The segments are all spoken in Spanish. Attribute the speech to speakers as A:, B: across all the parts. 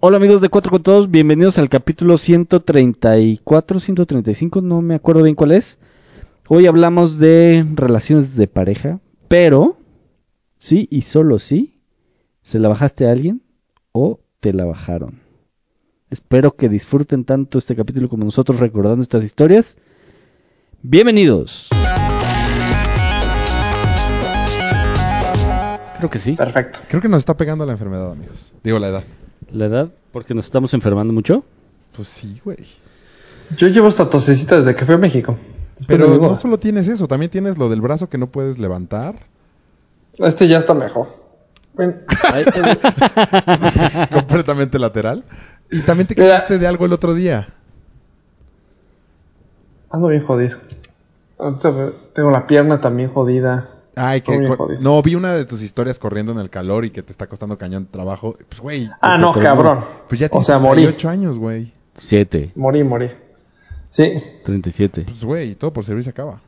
A: Hola amigos de Cuatro con Todos, bienvenidos al capítulo 134, 135, no me acuerdo bien cuál es. Hoy hablamos de relaciones de pareja, pero sí y solo sí, se la bajaste a alguien o te la bajaron. Espero que disfruten tanto este capítulo como nosotros recordando estas historias. Bienvenidos. Creo que sí.
B: Perfecto.
C: Creo que nos está pegando la enfermedad, amigos. Digo, la edad.
A: La edad, porque nos estamos enfermando mucho.
C: Pues sí, güey.
B: Yo llevo esta tosecita desde que fui a México. Después
C: Pero
B: de mi boda.
C: no solo tienes eso, también tienes lo del brazo que no puedes levantar.
B: Este ya está mejor. Ven.
A: Ay, ay,
C: completamente lateral. Y también te
B: Mira.
C: quedaste de algo el otro día.
B: Ando bien jodido. Ahorita ve- Tengo la pierna también jodida.
C: Ay, que
B: No me
C: cu-
B: jodes.
C: no, vi una de tus historias corriendo en el calor y que te está costando cañón trabajo. Pues, güey.
B: Ah, no,
A: Porque
B: cabrón.
C: Pues ya
B: o
C: tienes
B: sea, morí.
C: 38 años, güey.
A: 7,
B: Morí, morí. Sí,
A: 37.
C: Pues, güey, todo por servir se acaba.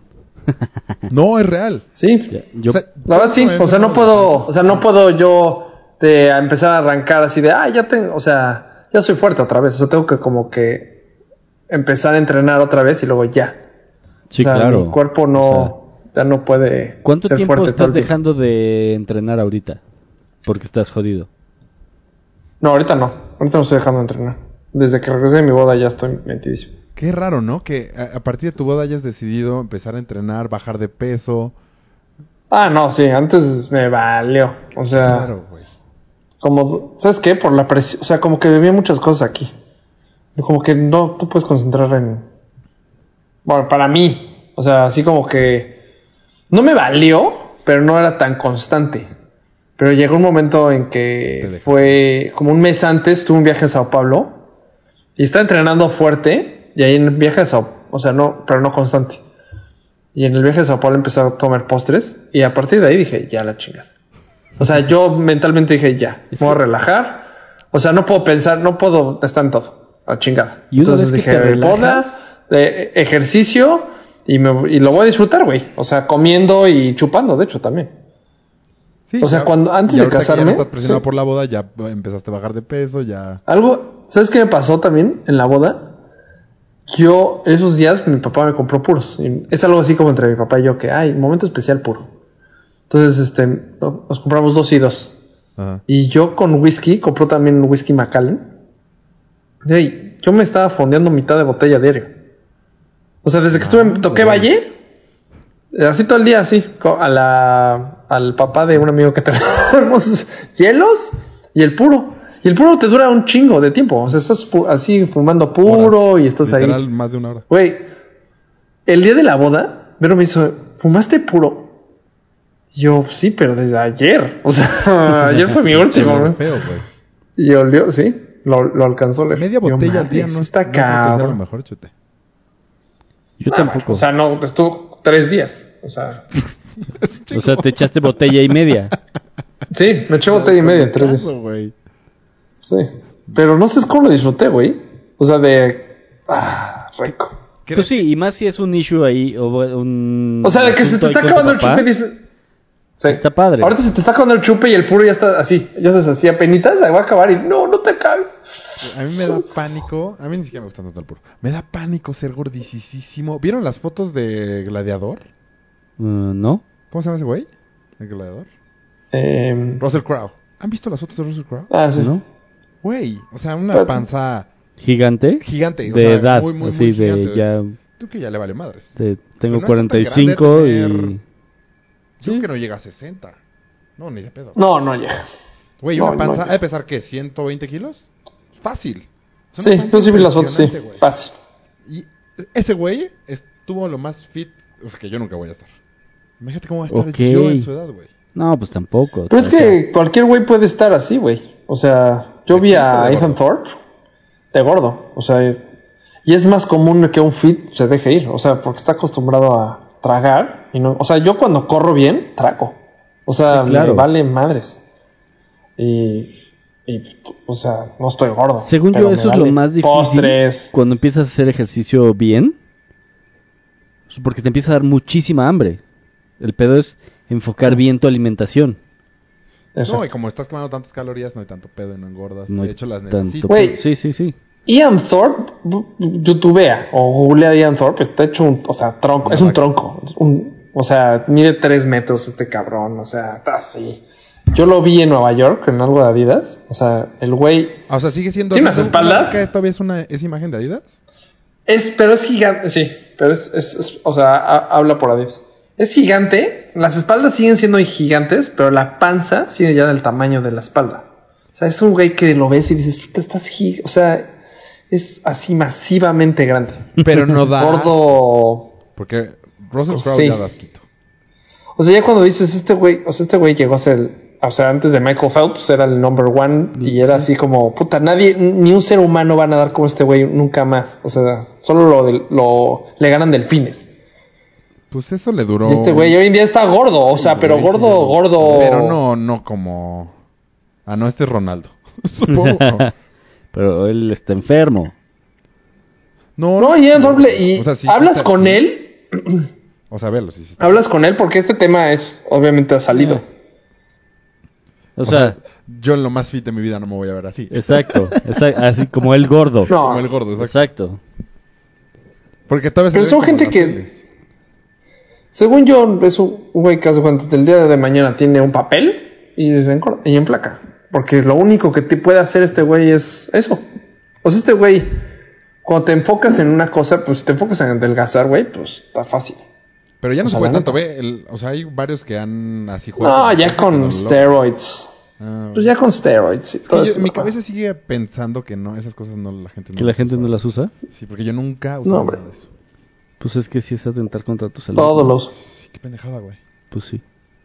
C: no, es real.
B: sí.
A: Ya, yo-
C: O sea,
B: La verdad sí.
C: no,
B: O sea, no
C: no,
B: puedo, o sea, no puedo yo de a empezar a arrancar así de, ah, ya tengo, o sea, ya soy fuerte otra vez. O sea, tengo que como que empezar a entrenar otra vez y luego ya.
A: sí,
B: o sea,
A: claro.
B: Mi cuerpo no, ya no puede.
A: ¿Cuánto
B: ser
A: tiempo
B: fuerte todo
A: estás
B: el tiempo.
A: dejando de entrenar ahorita? Porque estás jodido.
B: No, ahorita no. Ahorita no estoy dejando de entrenar. Desde que regresé de mi boda ya estoy metidísimo.
C: Qué raro, ¿no? Que a, a partir de tu boda hayas decidido empezar a entrenar, bajar de peso.
B: Ah, no, sí, antes me valió. O sea,
C: Claro, güey.
B: como, ¿sabes qué? Por la presión, o sea, como que bebía muchas cosas aquí. Como que no te puedes concentrar en. Bueno, para mí, o sea, así como que. No me valió, pero no era tan constante. Pero llegó un momento en
C: Te
B: que
C: dejaste.
B: fue como un mes antes, tuve un viaje a Sao Paulo y estaba entrenando fuerte. Y ahí en el viaje a Sao o sea, no, pero no constante. Y en el viaje a Sao Paulo empecé a tomar postres y a partir de ahí dije, ya la chingada. O sea, yo mentalmente dije, ya, me
A: Es
B: voy a
A: que-
B: relajar. O sea, no puedo pensar, no puedo estar en todo. La chingada.
A: Y una
B: Entonces
A: vez que
B: dije,
A: te relajas-
B: bodas, eh, ejercicio y, me- y lo voy a disfrutar, güey. O sea, comiendo y chupando, de hecho, también.
C: Sí,
B: O sea, cuando- antes
C: y
B: de
C: ahorita que ya no
B: casarme,
C: estás presionado
B: sí.
C: por la boda, ya empezaste a bajar de peso, ya.
B: Algo, ¿sabes qué me pasó también en la boda? Yo, esos días, mi papá me compró puros. Y es algo así como entre mi papá y yo, que hay momento especial puro. Entonces, este, no- nos compramos dos y dos.
C: Ajá.
B: Y yo con whisky, compró también un whisky Macallan. Güey, yo me estaba fondeando mitad de botella diario. O sea, desde que estuve,
C: Ah,
B: en- toqué Valle, eh, así todo el día, así, co- a la, al papá de un amigo que tenemos hielos y el puro. Y el puro te dura un chingo de tiempo. O sea, estás pu- así fumando puro
C: Horas.
B: y estás ahí.
C: Literal, más de una hora.
B: Güey, el día de la boda, Vero me hizo, ¿fumaste puro? Yo, sí, pero desde ayer. O sea, ayer fue mi último.
C: Qué
B: ¿no?
C: feo, güey.
B: Y olió, sí, lo, lo alcanzó. le-
C: Media
B: yo,
C: botella al
B: "Madre,
C: día
B: sí
C: no
B: está
C: no creo que sea
B: cabrón.
C: lo mejor, chute.
A: Yo
B: Ah,
A: tampoco.
B: O sea, no, estuvo tres días. O sea,
A: O sea, te echaste botella y media.
B: sí, me eché botella y media en tres días.
C: Caso, güey.
B: Sí. Pero no sé cómo lo disfruté, güey. O sea, de. Ah, rico.
C: ¿Qué-
A: Pues sí, y más si es un issue ahí o un...
B: O sea, de que se
A: asunto
B: te está
A: ahí con tu
B: acabando el
A: papá.
B: chupe y dices. Sí.
A: Está padre.
B: Ahorita se te está acabando el chupe y el puro ya está así. Ya se así, apenitas, la va a acabar y no, no te acabes.
C: A mí me da pánico. A mí ni siquiera me gusta tanto el puro. Me da pánico ser gordisísimo. ¿Vieron las fotos de Gladiador?
A: Mm, ¿No?
C: ¿Cómo se llama ese güey? ¿El Gladiador?
B: Eh,
C: Russell Crowe. ¿Han visto las fotos de Russell Crowe?
B: ah, sí.
A: ¿No?
C: Güey, o sea, una
B: Pero-
C: panza
A: ¿Gigante?
C: gigante. O
A: de
C: sea,
A: edad,
C: muy, muy,
A: así
C: muy
A: de
C: gigante.
A: ya...
C: Tú que ya le vale madres.
A: de- tengo
C: Pero no está tan
A: 45
C: grande de
A: y...
C: tener- Yo
A: Sí.
C: que no llega a 60. No, ni de pedo.
B: No, no llega.
C: Güey,
B: No,
C: una panza,
B: no,
C: ha de pesar, ¿qué? ¿120 kilos? Fácil. Es una
B: Sí,
C: panza
B: tú sí vi las fotos, sí.
C: impresionante, güey.
B: Fácil.
C: Y ese güey estuvo lo más fit, o sea, que yo nunca voy a estar. Imagínate cómo va a estar
A: Ok.
C: yo en su edad, güey.
A: No, pues tampoco.
B: Pero es
A: o sea,
B: que cualquier güey puede estar así, güey. O sea, yo vi a
C: De gordo.
B: Ethan Thorpe de gordo. O sea, y es más común que un fit se deje ir. O sea, porque está acostumbrado a tragar. Y no, o sea, yo cuando corro bien, trago. O sea,
A: Sí, claro.
B: me vale madres. Y, y, o sea, no estoy gordo.
A: Según
B: pero
A: yo,
B: me
A: eso es
B: vale.
A: lo más difícil
B: Postres.
A: cuando empiezas a hacer ejercicio bien, pues, porque te empieza a dar muchísima hambre. El pedo es enfocar bien tu alimentación.
C: No,
B: Exacto.
C: y como estás quemando tantas calorías, no hay tanto pedo y no engordas.
A: No hay
C: de hecho, las
A: tanto-
C: necesitas.
B: Güey.
A: Sí, sí, sí.
B: Ian Thorpe, bu- youtubea o googlea a Ian Thorpe, está hecho un, o sea, tronco, es un tronco, es un- o sea, mide tres metros este cabrón, o sea, está así. Yo lo vi en Nueva York, en algo de Adidas, o sea, el güey
C: Ah, O sea, sigue siendo.
B: ¿Tiene
C: ¿es
B: las
C: una
B: espaldas?
C: marca? ¿Todavía es, una, es imagen de Adidas?
B: Es, pero es gigante, sí, pero es, es- es- o sea, ha- habla por Adidas. Es gigante, las espaldas siguen siendo gigantes, pero la panza sigue ya del tamaño de la espalda. O sea, es un güey que lo ves y dices, puta, estás gig, o sea, es así masivamente grande.
C: Pero no da.
B: Gordo.
C: Porque Russell
B: Pues
C: Crowe
B: sí.
C: ya das quito.
B: O sea, ya cuando dices, este güey, o sea, este güey llegó a ser, el- o sea, antes de Michael Phelps era el number one y era así como, puta, nadie, ni un ser humano va a nadar como este güey nunca más. O sea, solo lo, del- lo le ganan delfines.
C: Pues eso le duró.
B: Y Este güey hoy en día está gordo, o sea, pero gordo, gordo.
C: Pero
A: Oh.
C: no, no como. Ah, no, este es Ronaldo. Supongo.
A: Pero él está enfermo.
C: No,
B: No, y Ian Thorpe le- y
C: O sea, sí,
B: hablas
C: sí,
B: con
C: sí.
B: él,
C: O sea, verlo, sí, sí.
B: hablas con él porque este tema es, obviamente ha salido.
A: O sea,
C: Yo en lo más fit de mi vida no me voy a ver así.
A: exacto, exacto, Así como el gordo.
B: No.
C: Como el gordo, exacto.
A: Exacto.
C: Porque tal vez.
B: Pero
C: se
B: son
C: ven
B: gente
C: como
B: que-
C: las
B: Según yo, es un güey que hace cuando el día de mañana tiene un papel y en, cor- y en placa. Porque lo único que te puede hacer este güey es eso. O sea, este güey, cuando te enfocas en una cosa, pues te enfocas en adelgazar, güey, pues está fácil.
C: Pero ya no
B: O
C: se
B: sea,
C: puede
B: la
C: tanto, ve. el- o sea, hay varios que han así
B: pues No,
C: con-
B: ya
C: lo-
B: con steroids.
C: Ah,
B: Pues ya con steroids. y
C: es que
B: todo
C: yo-
B: eso.
C: mi cabeza sigue pensando que no, esas cosas no la gente no
A: Que la gente no las usa.
C: Sí, porque yo nunca
B: No,
C: usaba
B: hombre.
C: nada de eso.
A: Pues es que sí es atentar contra tu salud.
B: Todos
A: ¿no?
B: los.
C: Sí, qué pendejada, güey.
A: Pues sí.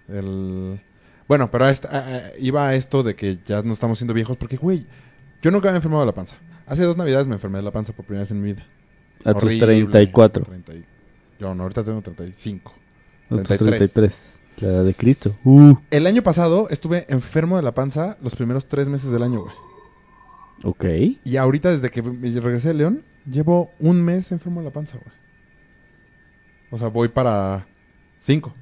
C: El... Bueno, pero a esta- a- a- iba a esto de que ya no estamos siendo viejos, porque, güey, yo nunca me he enfermado de la panza. Hace dos navidades me enfermé de la panza por primera vez en mi vida.
A: A tus
C: Horrible.
A: 34.
C: 30 y- Yo no, ahorita tengo 35.
A: A tus
C: 33.
A: 33. La edad de Cristo. Uh,
C: El año pasado estuve enfermo de la panza los primeros tres meses del año, güey.
A: ok.
C: Y ahorita, desde que me regresé de León, llevo un mes enfermo de la panza, güey. O sea, voy para cinco.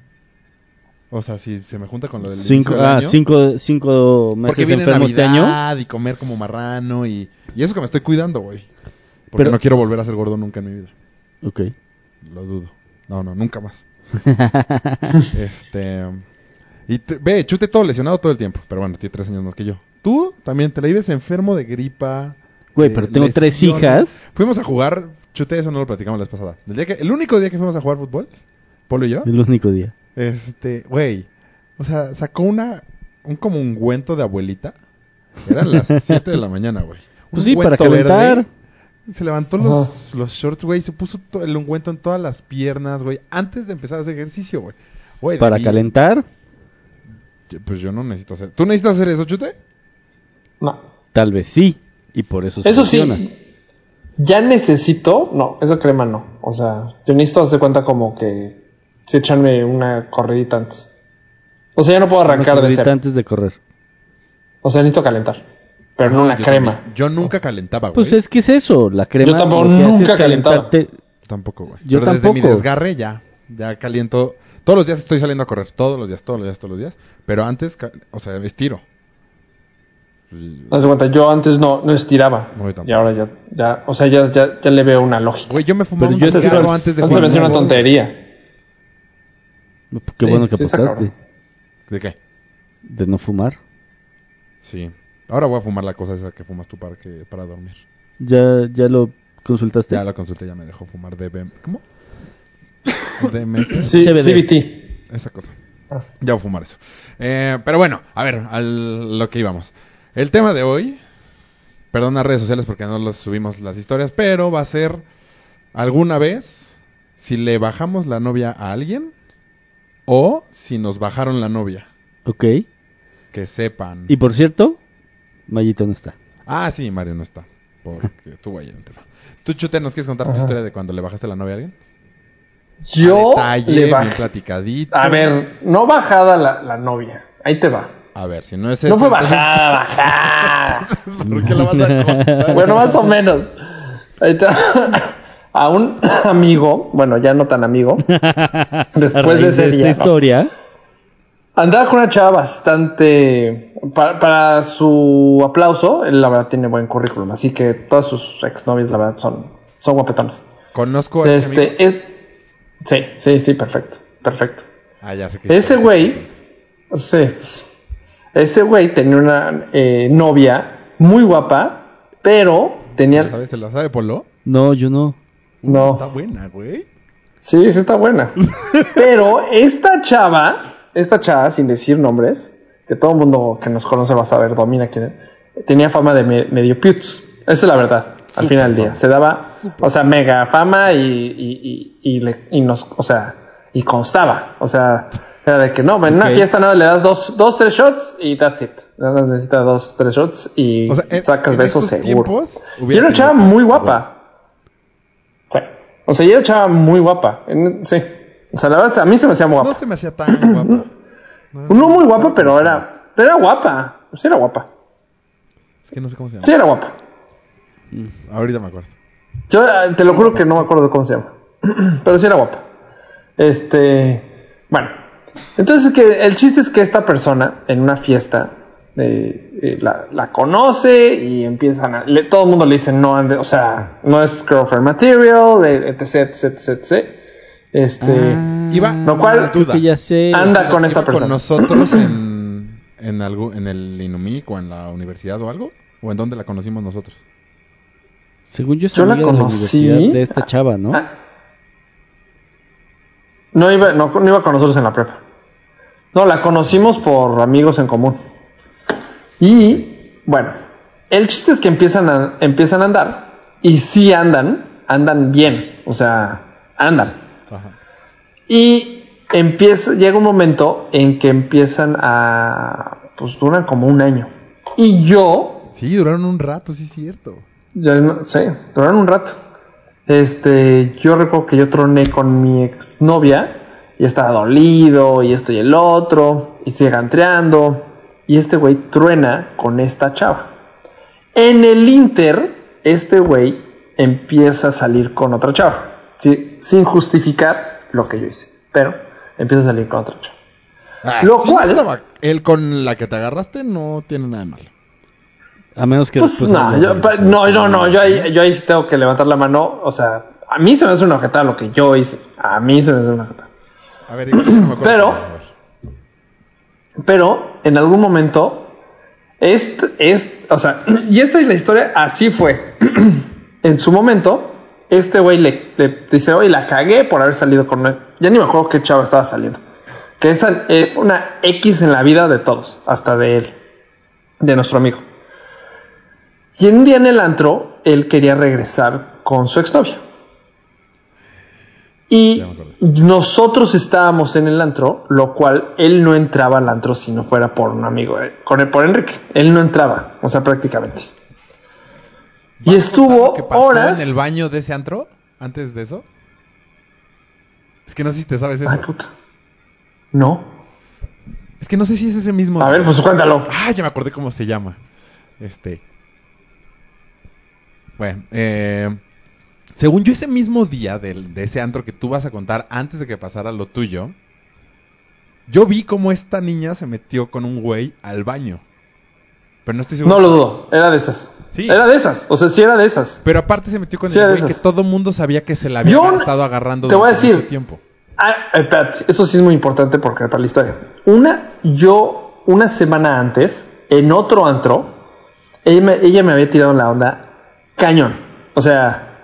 C: O sea, si se me junta con lo del
A: Cinco,
C: inicio del
A: ah,
C: año,
A: cinco, cinco
C: porque
A: meses
C: viene
A: enfermos este año.
C: Navidad y comer como marrano y... Y eso que me estoy cuidando, güey. Porque
A: Pero-
C: no quiero volver a ser gordo nunca en mi vida.
A: Ok.
C: Lo dudo. No, no, nunca más. este... Y te- ve, chute todo lesionado todo el tiempo. Pero bueno, tiene tres años más que yo. Tú también te la vives enfermo de gripa.
A: Güey,
C: de
A: pero tengo tres
C: lesiones.
A: hijas.
C: Fuimos a jugar, chute, eso no lo platicamos la vez pasada. El, día que, el único día que fuimos a jugar fútbol, Polo y yo,
A: El único día.
C: este, güey, o sea, sacó una, un como ungüento de abuelita. Eran las 7 de la mañana, güey. Un
A: Pues sí, para
C: ungüento verde.
A: calentar.
C: Se levantó los, los shorts, güey, se puso to- el ungüento en todas las piernas, güey, antes de empezar a hacer ejercicio, güey. Güey,
A: Para
C: David,
A: calentar.
C: yo- Pues yo no necesito hacer. ¿Tú necesitas hacer eso, chute?
B: No.
A: Tal vez sí. Y por eso se
C: pues
B: Eso
A: lesiona.
B: sí, ya necesito, no, esa crema no. O sea, yo necesito hacer cuenta como que si echarme una corridita antes. O sea, ya no puedo
A: Una
B: arrancar de
A: corridita
B: cero.
A: antes de correr.
B: O sea, necesito calentar. Pero no una
C: Ah, Yo
B: crema.
C: también- Yo nunca calentaba, güey.
A: Pues es que es eso. La crema.
B: Yo tampoco-
A: lo que hace es
B: nunca calentaba.
A: calentarte-
C: Tampoco, güey.
A: Yo
C: Pero desde mi
A: tampoco.
C: desgarre ya, ya caliento. Todos los días estoy saliendo a correr, todos los días, todos los días, todos los días. Pero antes, ca- o sea, estiro.
B: Haz de cuenta, yo antes no, no estiraba.
C: No, yo tampoco.
B: y ahora ya, ya, o sea, ya, ya, ya le veo una lógica.
C: Güey, yo me fumaba
A: Pero
C: un
A: yo estiro-
C: cigarro antes de
B: Entonces se me hace
C: jugar
B: una
C: fútbol.
B: tontería.
A: Qué
B: Sí,
A: bueno que
B: sí está
A: apostaste.
B: cabrón.
C: ¿De qué?
A: De no fumar.
C: Sí. Ahora voy a fumar la cosa esa que fumas tú para, que, para dormir.
A: Ya, ya lo consultaste.
C: Ya la consulta ya me dejó fumar DBM. ¿Cómo? DMS.
B: Sí, Ah.
A: CBD.
B: CBT.
C: Esa cosa. Ya voy a fumar eso. Eh, pero bueno, a ver, al lo que íbamos. El tema de hoy, perdón a redes sociales porque no los subimos las historias, pero va a ser alguna vez si le bajamos la novia a alguien o si nos bajaron la novia.
A: Ok.
C: Que sepan.
A: Y por cierto, Mayito no está.
C: Ah, sí, Mario no está. Porque tuvo ayer un tema. Tú, Chute, ¿nos quieres contar tu
B: Ajá.
C: historia de cuando le bajaste la novia a alguien?
B: Yo
C: Detalle,
B: le
C: bien
B: bajé. Ah.
C: platicadito.
B: A ver, no bajada la, la novia. Ahí te va.
C: A ver, si no es
B: No
C: eso,
B: fue
C: entonces,
B: bajada, bajada.
C: ¿Por qué la vas a contar?
B: Bueno, más o menos. Ahí está. A un amigo, bueno, ya no tan amigo,
A: A
B: después
A: raíz
B: de ese
A: esta
B: día, ¿no?
A: historia.
B: andaba con una chava bastante para, para su aplauso, él la verdad tiene buen currículum. Así que todas sus exnovias, la verdad, son, son guapetones.
C: Conozco a ese amigo.
B: Este, es- sí, sí, sí, perfecto, perfecto.
C: Ah, ya sé que-
B: Ese güey, sí, pues, ese güey tenía una eh, novia muy guapa, pero
C: ¿Lo
B: tenía,
C: sabes? ¿Te lo sabe Polo?
A: No, yo no.
C: Está
B: no,
C: buena, güey.
B: sí, sí está buena. Pero esta chava, esta chava, sin decir nombres, que todo el mundo que nos conoce va a saber, domina quién es, tenía fama de me- medio putz. Esa es la verdad, al final del día. Se daba, o sea, mega fama y, y, y, y le- y nos, o sea, y constaba. O sea, era de que no, en una
A: Ok.
B: fiesta nada le das dos, dos, tres shots y that's it. Nada más necesita dos, tres shots y
C: O sea, en-
B: sacas
C: en
B: besos
C: estos
B: seguro.
C: tiempos,
B: Y
C: hubiera
B: era una chava
C: tenido-
B: muy guapa. Sí. O sea, y era una chava muy guapa. En- Sí. O sea, la verdad, a mí se me hacía muy
C: No
B: guapa.
C: se me hacía tan guapa.
B: No muy guapa, pero era, era guapa. Sí, era guapa.
C: Es que no sé cómo se llama.
B: Sí, era guapa.
C: Ahorita me acuerdo.
B: Yo eh, te lo juro que no me acuerdo cómo se llama. Pero sí era guapa. Este. Bueno. Entonces que el chiste es que esta persona en una fiesta eh, eh, la, la conoce y empiezan a. le- todo el mundo le dice no ande. O sea, no es girlfriend material, eh, etc, etc, etc, etc. Este.
A: Ah.
C: Iba-
B: Lo cual-
A: creo que ya sé.
B: Anda con esta
C: ¿Iba
B: persona.
C: ¿Con nosotros en, en, algo, en el Inumic o en la universidad o algo? ¿O en dónde la conocimos nosotros?
A: Según yo, es
B: Yo la
A: amiga de la
B: conocí.
A: universidad de esta chava, ¿no?
B: Ah. No iba, no, no iba con nosotros en la prepa. No, la conocimos por amigos en común. Y bueno, el chiste es que empiezan a, empiezan a andar y sí andan, andan bien, o sea, andan.
C: Ajá.
B: Y empieza, llega un momento en que empiezan a, pues duran como un año. Y yo
C: Sí, duraron un rato, sí es cierto.
B: ya no, sí, duraron un rato. Este, yo recuerdo que yo troné con mi exnovia y estaba dolido y esto y el otro y sigue gantreando y este güey truena con esta chava. En el Inter, este güey empieza a salir con otra chava, sí, sin justificar lo que yo hice, pero empieza a salir con otra chava.
C: Ah,
B: Lo
C: sí,
B: cual-
C: estaba- él con la que te agarraste no tiene nada de malo.
A: A menos que.
B: Pues
A: después
B: no,
A: haya
B: yo, pa-
A: regresado
B: no,
A: con
B: no,
A: ella.
B: no, yo ahí, yo ahí sí tengo que levantar la mano. O sea, a mí se me hace una objetada lo que yo hice. A mí se me hace una objetada.
C: A ver, igual no me acuerdo.
B: Pero-
C: A ver.
B: Pero en algún momento, este, este, o sea, y esta es la historia, así fue. en su momento, este güey le, le dice, oye, la cagué por haber salido con una-". Ya ni me acuerdo qué chava estaba saliendo. Que es una X en la vida de todos, hasta de él, de nuestro amigo. Y en un día en el antro, él quería regresar con su exnovia. Y
C: Ya me acordé.
B: nosotros estábamos en el antro, lo cual él no entraba al antro si no fuera por un amigo, eh, con el, por Enrique. Él no entraba, o sea, prácticamente. Y
C: ¿Vas a contar lo
B: estuvo
C: que pasó
B: horas.
C: en el baño de ese antro antes de eso? Es que no sé si te sabes eso.
B: Ay, puta. No.
C: Es que no sé si es ese mismo.
B: A ver, pues cuéntalo.
C: Ah, ya me acordé cómo se llama. Este. Bueno, eh, según yo, ese mismo día del- de ese antro que tú vas a contar antes de que pasara lo tuyo, yo vi cómo esta niña se metió con un güey al baño. Pero no estoy seguro.
B: No lo dudo. Era de esas.
C: Sí.
B: Era de esas. O sea, sí era de esas.
C: Pero aparte se metió con
B: Sí,
C: el
B: de
C: güey que
B: esas.
C: todo mundo sabía que se la había
B: Yo no-
C: estado agarrando
B: te voy a
C: durante
B: decir.
C: mucho tiempo.
B: Ah, espérate, eso sí es muy importante porque para la historia. Una, yo, una semana antes, en otro antro, ella me, ella me había tirado la onda cañón. O sea,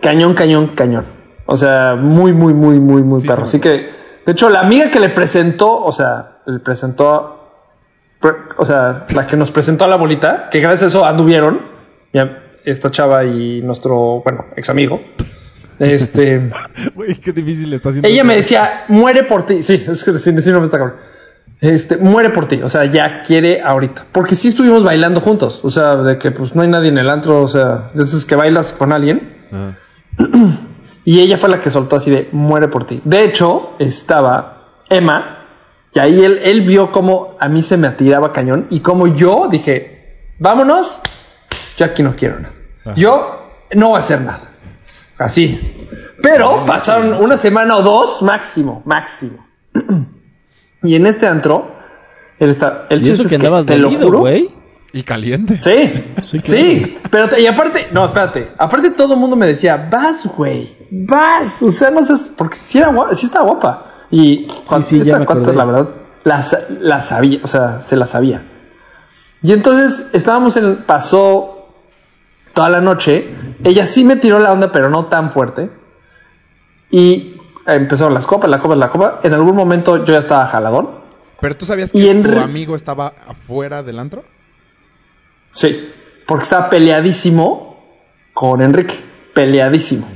B: cañón, cañón, cañón. O sea, muy, muy, muy, muy, muy
C: Sí,
B: perro. Así
C: sí me
B: que, de hecho, la amiga que le presentó, o sea, le presentó, pre- o sea, la que nos presentó a la bolita, que gracias a eso anduvieron, ya, esta chava y nuestro, bueno, ex amigo. Este.
C: Güey, qué difícil le está haciendo.
B: Ella me decía, muere por ti. Sí, es que sin decir no me está cabrón. Este, muere por ti. O sea, ya quiere ahorita. Porque sí estuvimos bailando juntos. O sea, de que pues no hay nadie en el antro. O sea, de esos que bailas con alguien.
C: Ah.
B: Y ella fue la que soltó así de, muere por ti. De hecho, estaba Emma. Y ahí él, él vio cómo a mí se me atiraba cañón. Y como yo dije, vámonos. Yo aquí no quiero nada.
C: Ajá.
B: Yo no voy a hacer nada. Así. Pero pasaron una semana o dos máximo, máximo. Y en este antro, Él está, el
A: y eso
B: chiste
A: que
B: es que,
A: andabas
B: te lo
A: dolido,
B: juro.
A: güey.
C: Y caliente.
B: Sí,
A: Sí,
B: sí,
A: claro.
B: pero te- y aparte, no, espérate, aparte todo el mundo me decía, vas, güey, vas, o sea, no seas, porque si era guapa, sí está guapa. Y cuando,
A: sí, ya
B: esta
A: me
B: cuata,
A: acordé.
B: la verdad, la, sa- la sabía, o sea, se la sabía. Y entonces estábamos en, pasó toda la noche, ella sí me tiró la onda, pero no tan fuerte. Y empezaron las copas, las copas, las copas. En algún momento yo ya estaba jaladón.
C: Pero tú sabías
B: Y
C: que
B: en
C: tu
B: re-
C: amigo estaba afuera del antro.
B: Sí, porque estaba peleadísimo con Enrique, peleadísimo.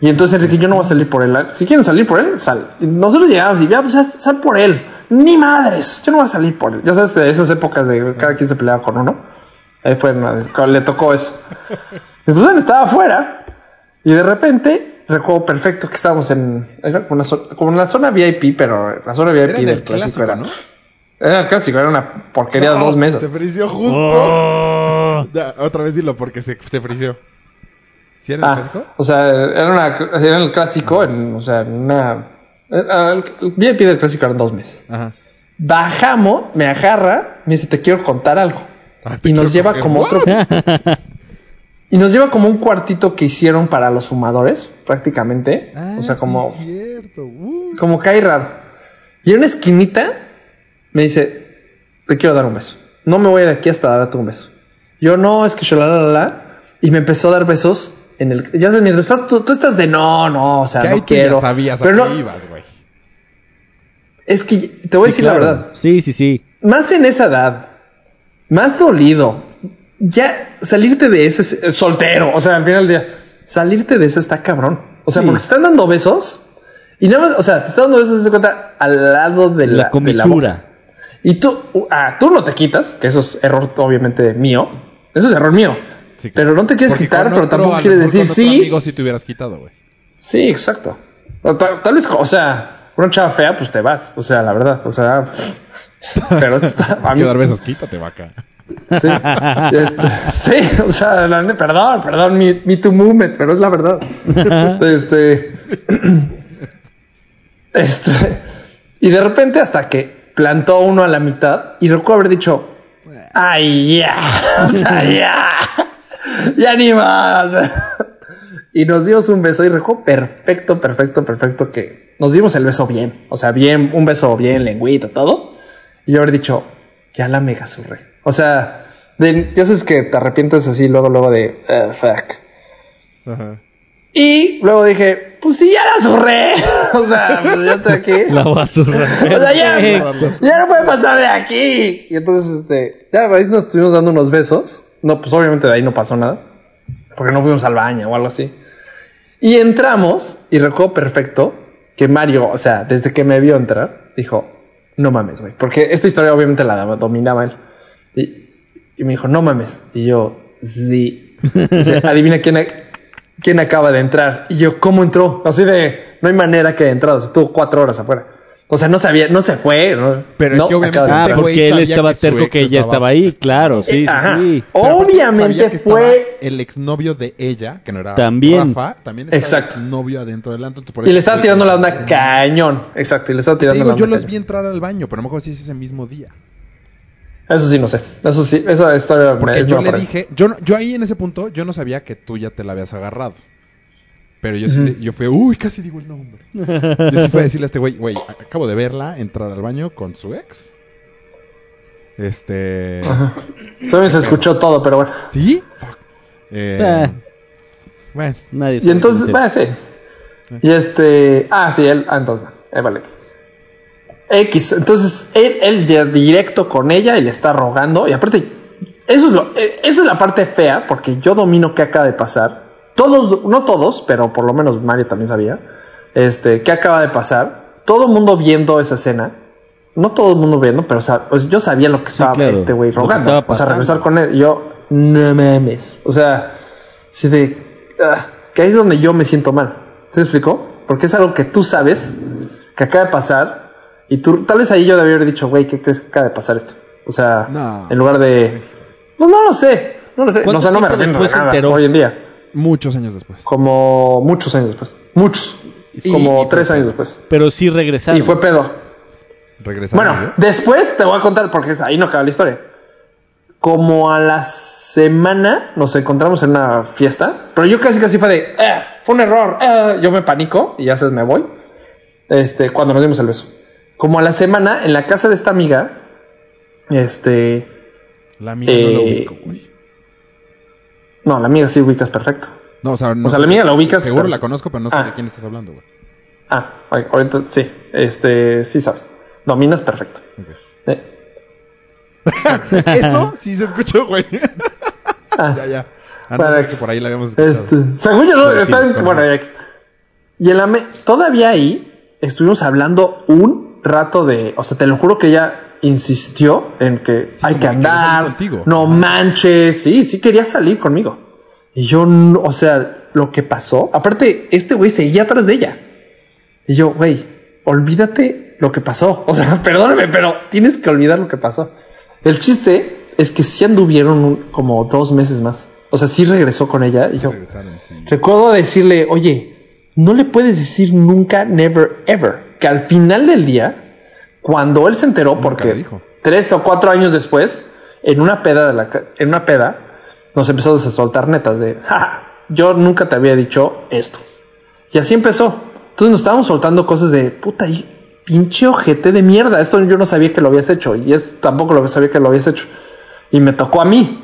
B: Y entonces Enrique, yo no voy a salir por él. Si quieren salir por él, sal. Y nosotros llegamos y ya, pues sal- sal por él. Ni madres, yo no voy a salir por él. Ya sabes, de esas épocas de cada quien se peleaba con uno. Ahí fue una vez, cuando le tocó eso. Y pues bueno, estaba afuera. Y de repente, recuerdo perfecto que estábamos en era como una, zo- como una zona VIP, pero la zona VIP
C: Era en
B: del
C: el
B: clásico,
C: clásico,
B: era.
C: ¿no?
B: Era el clásico, era una porquería de
C: No,
B: dos mesas.
C: Se frició justo.
A: Oh.
C: Ya, otra vez dilo porque se, se frició. ¿Sí era el
B: Ah,
C: clásico?
B: O sea, era, una, era el clásico, en, o sea, en una... eh, ah, El el VIP del clásico eran dos meses.
C: Ajá.
B: Bajamos, me agarra, me dice, te quiero contar algo.
C: Ah, te
B: Y nos lleva
C: quiero coger.
B: como otro... Y nos lleva como un cuartito que hicieron para los fumadores, prácticamente.
C: Ah,
B: o sea,
C: sí
B: como,
C: es cierto. Uh.
B: como cae raro. Y en una esquinita me dice, te quiero dar un beso. No me voy de aquí hasta darte un beso. Yo no, es que yo la la la. la". Y me empezó a dar besos en el. Ya sabes, mientras estás, tú, tú estás de no, no, o sea,
C: Que ahí
B: no
C: tú ya
B: quiero.
C: sabías a
B: Pero
C: qué
B: no,
C: ibas, güey.
B: es que te voy a decir la
A: claro.
B: verdad.
A: Sí, sí, sí.
B: Más en esa edad, más dolido. Ya salirte de ese es- eh, soltero, o sea, al final del día, salirte de ese está cabrón. O sea,
A: Sí.
B: porque te están dando besos y nada más, o sea, te están dando besos, haz de cuenta, al lado de
A: La,
B: la, de la boca.
A: comisura.
B: Y tú, uh, ah, tú no te quitas, que eso es error obviamente mío. Eso es error mío.
C: Sí, claro.
B: Pero no te quieres
C: Porque
B: quitar,
C: con
B: pero
C: otro,
B: tampoco
C: a lo
B: quieres
C: mejor
B: decir
C: con otro
B: sí.
C: amigo si te hubieras quitado, güey.
B: Sí, exacto. O ta- tal vez, o sea, una chava fea, pues te vas. O sea, la verdad, o sea. Pero está, a
C: Hay
B: mí,
C: que dar besos, quítate, vaca.
B: sí, Este, sí, o sea, la ne- perdón, perdón, mi, mi tu movement, pero es la verdad. Este, este, y de repente hasta que plantó uno a la mitad y recuerdo haber dicho, ay, ya, o sea, ya, ya ni más. Y nos dimos un beso y recuerdo perfecto, perfecto, perfecto que nos dimos el beso bien, o sea, bien, un beso bien, lengüita, todo. Y yo haber dicho, ya la mega surré. O sea, de, ya sabes que te arrepientes así luego, luego de, "Ah, fuck.
C: Ajá.
B: Y luego dije, pues sí, ya la zurré. o sea, pues ya estoy aquí.
A: La basura.
B: O sea, ya,
C: Perfecto.
B: ya no puede pasar de aquí. Y entonces, este, ya ahí nos estuvimos dando unos besos. No, pues obviamente de ahí no pasó nada. Porque no fuimos al baño o algo así. Y entramos, y recuerdo perfecto que Mario, o sea, desde que me vio entrar, dijo, no mames, güey. Porque esta historia obviamente la daba- dominaba él. Y, y me dijo, no mames. Y yo, sí. Dice, adivina quién, a- quién acaba de entrar. Y yo, ¿cómo entró? Así de, no hay manera que haya entrado. Se estuvo cuatro horas afuera. O sea, no sabía, no se fue. ¿no?
C: Pero es
B: No,
C: que obviamente
B: acaba de
A: Ah, porque
B: entrar. Eh,
C: Este güey
A: él
C: sabía
A: estaba
C: que su
A: terco
C: ex
A: que ella
C: estaba-
A: estaba ahí, claro, sí, sí,
B: Ajá.
A: sí.
C: Pero aparte sabía
B: Obviamente
C: que
B: fue.
C: estaba El exnovio de ella, que no era
A: También.
C: Rafa, también estaba
B: Exacto.
C: el exnovio adentro del antro. entonces por
B: Y
C: eso
B: le estaba
C: fue
B: tirando
C: que-
B: la onda cañón. Exacto, y le estaba
C: Te
B: tirando
C: digo,
B: la
C: yo
B: onda.
C: los
B: cañón.
C: vi entrar al baño, pero a lo mejor sí es ese mismo día.
B: Eso sí, no sé. Eso sí, esa historia
C: Porque
B: es
C: yo
B: nueva
C: le
B: para mí.
C: dije, yo, no- yo ahí en ese punto, yo no sabía que tú ya te la habías agarrado. Pero yo sí, le- yo fui, uy, casi digo el nombre. Yo sí fui a decirle a este güey, güey, a- acabo de verla entrar al baño con su ex. Este.
B: Solo se escuchó todo, pero bueno.
C: ¿Sí? Fuck. Eh,
A: Ah,
C: Bueno,
A: nadie
B: Y
A: sabe
B: entonces,
A: quién es.
B: bueno, sí. Y este. Ah, sí, él. Ah, entonces, no. Eh, vale. X. Entonces, él, él ya directo con ella y le está rogando. Y aparte, eso es lo, eh, esa es la parte fea, porque yo domino qué acaba de pasar. Todos, no todos, pero por lo menos Mario también sabía. Este, qué acaba de pasar. Todo el mundo viendo esa escena. No todo el mundo viendo, pero sa- o sea, pues, yo sabía lo que estaba
A: claro,
B: este güey
A: lo que
B: rogando.
A: estaba
B: O sea,
A: pasando.
B: regresar con él. Y yo, no mames. O sea, Sí, de. ah, que ahí es donde yo me siento mal. ¿Se explicó? Porque es algo que tú sabes que acaba de pasar. Y tú, tal vez ahí yo debía haber dicho, güey, ¿qué crees que acaba de pasar esto? O sea,
C: No.
B: en lugar de. Pues no lo sé. No lo sé.
A: ¿Cuánto
B: O sea, no me
A: tiempo
B: arrepiento de
A: después se
B: nada
A: enteró?
B: hoy en día.
C: muchos años después.
B: Como muchos años después. Muchos.
C: Sí, y
B: como
C: fue
B: tres
C: pedo.
B: años después.
A: Pero sí regresaron.
B: Y fue pedo.
C: regresar.
B: Bueno, después te voy a contar porque ahí no acaba la historia. Como a la semana nos encontramos en una fiesta, pero yo casi casi fue de, "Eh, fue un error, eh", yo me panico y ya sabes, me voy. Este, cuando nos dimos el beso. Como a la semana, en la casa de esta amiga, este,
C: La amiga no la
B: eh,
C: ubico, güey.
B: no, la amiga sí ubicas perfecto.
C: No, o sea, no
B: o sea,
C: sé-
B: la amiga la ubicas.
C: Seguro
B: pero-
C: la conozco, pero no sé
B: Ah.
C: de quién estás hablando, güey.
B: Ah, ok, ahorita sí, este, sí sabes. Dominas perfecto.
C: Ok.
B: Eh,
C: Eso sí se escuchó, güey.
B: ah.
C: ya, ya. Ah, no,
B: Para
C: es
B: ex-
C: que por ahí la habíamos escuchado.
B: Este, según yo, no,
C: Pero sí,
B: está bien,
C: con-
B: bueno, ya que- y en la me- todavía ahí estuvimos hablando un rato de, o sea, te lo juro que ella insistió en que hay que
C: como que quería salir
B: andar,
C: contigo.
B: no manches, sí, sí quería salir conmigo. Y yo, no- o sea, lo que pasó, aparte, este güey seguía atrás de ella. Y yo, güey, olvídate lo que pasó. O sea, perdóname, pero tienes que olvidar lo que pasó. El chiste es que sí anduvieron un- como dos meses más. O sea, sí regresó con ella. Y yo
C: Regresaron, sí.
B: recuerdo decirle, oye, no le puedes decir nunca, never, ever. Que al final del día, cuando él se enteró,
C: le
B: porque
C: dijo.
B: tres o cuatro años después, en una peda de la, ca- en una peda, nos empezó a soltar netas de, "Ja, ja, yo nunca te había dicho esto. Y así empezó. Entonces nos estábamos soltando cosas de puta y pinche ojete de mierda. Esto yo no sabía que lo habías hecho y esto tampoco lo sabía que lo habías hecho. Y me tocó a mí.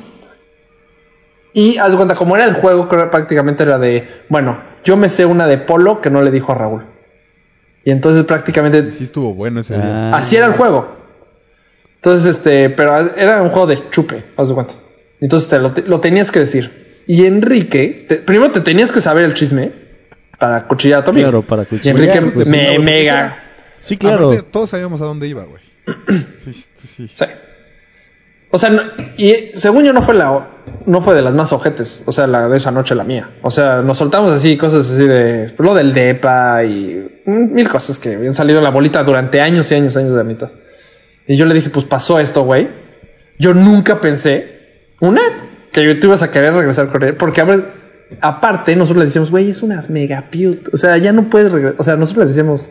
B: Y haz de cuenta, como era el juego, creo, prácticamente era de, bueno, yo me sé una de Polo que no le dijo a Raúl. Y entonces prácticamente
C: Sí estuvo bueno ese día.
A: Ah,
B: Así era el juego. Entonces, este, pero era un juego de chupe, haz de cuenta. Entonces te lo, te- lo tenías que decir. Y Enrique, te- primero te tenías que saber el chisme para cuchillar a tu amigo.
A: Claro, para
B: Y
A: cuchillar.
B: Enrique
C: Pues,
B: me-
C: pues, no,
B: mega.
A: Sí, claro.
C: Aparte, todos sabíamos a dónde iba, güey. Sí, sí. sí.
B: Sí. O sea, no- y según yo no fue la no fue de las más ojetes, o sea, la de esa noche la mía. O sea, nos soltamos así cosas así de lo del depa y mm, mil cosas que habían salido en la bolita durante años y años, años de mitad. Y yo le dije, "Pues pasó esto, güey." Yo nunca pensé una que tú ibas a querer regresar con él, porque a ver, aparte nosotros le decíamos, "Güey, es unas mega cute." O sea, ya no puedes regresar, o sea, nosotros le decíamos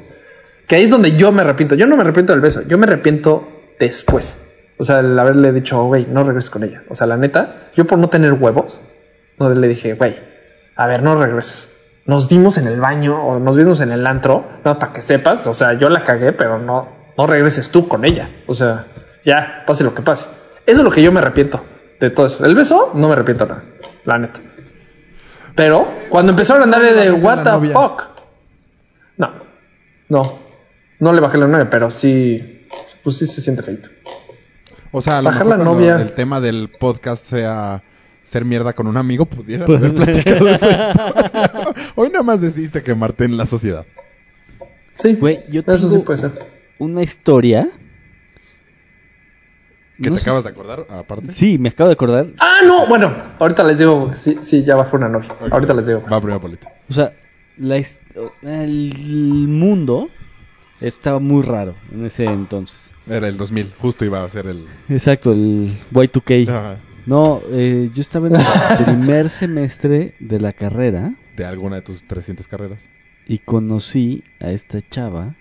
B: que ahí es donde yo me arrepiento. Yo no me arrepiento del beso, yo me arrepiento después. O sea, el haberle dicho, "Oh, güey, no regreses con ella. O sea, la neta, yo por no tener huevos, no le dije, güey, a ver, no regreses. Nos dimos en el baño o nos vimos en el antro, no, para que sepas. O sea, yo la cagué, pero no, no regreses tú con ella. O sea, ya, pase lo que pase. Eso es lo que yo me arrepiento de todo eso. El beso, no me arrepiento nada, la neta. Pero cuando empezaron a andarle de,
C: Bajita
B: what
C: la
B: the
C: novia.
B: fuck. No, no, no le bajé la 9, pero sí, pues sí se siente feito.
C: O sea, a lo
B: Bajar
C: mejor
B: la
C: cuando
B: novia.
C: el tema del podcast sea ser mierda con un amigo, pudieras
A: Pues,
C: haber platicado de esa historia. Hoy nada más decidiste quemarte en la sociedad.
B: Sí,
A: Güey, yo
B: eso sí
A: tengo-
B: puede ser.
A: Una historia.
C: Que
A: No
C: te
A: sé-
C: acabas de acordar, aparte.
A: Sí, me acabo de acordar.
B: Ah, no, bueno, ahorita les digo, sí, sí, ya bajó una novia. Ahorita les digo.
C: Va primero, Polito.
A: O sea, la his- el mundo estaba muy raro en ese entonces.
C: Era el 2000, justo iba a ser el...
A: Exacto, el Y2K.
C: Ajá.
A: No, eh, yo estaba en el primer semestre de la carrera
C: De alguna de tus 300 carreras.
A: y conocí a esta chava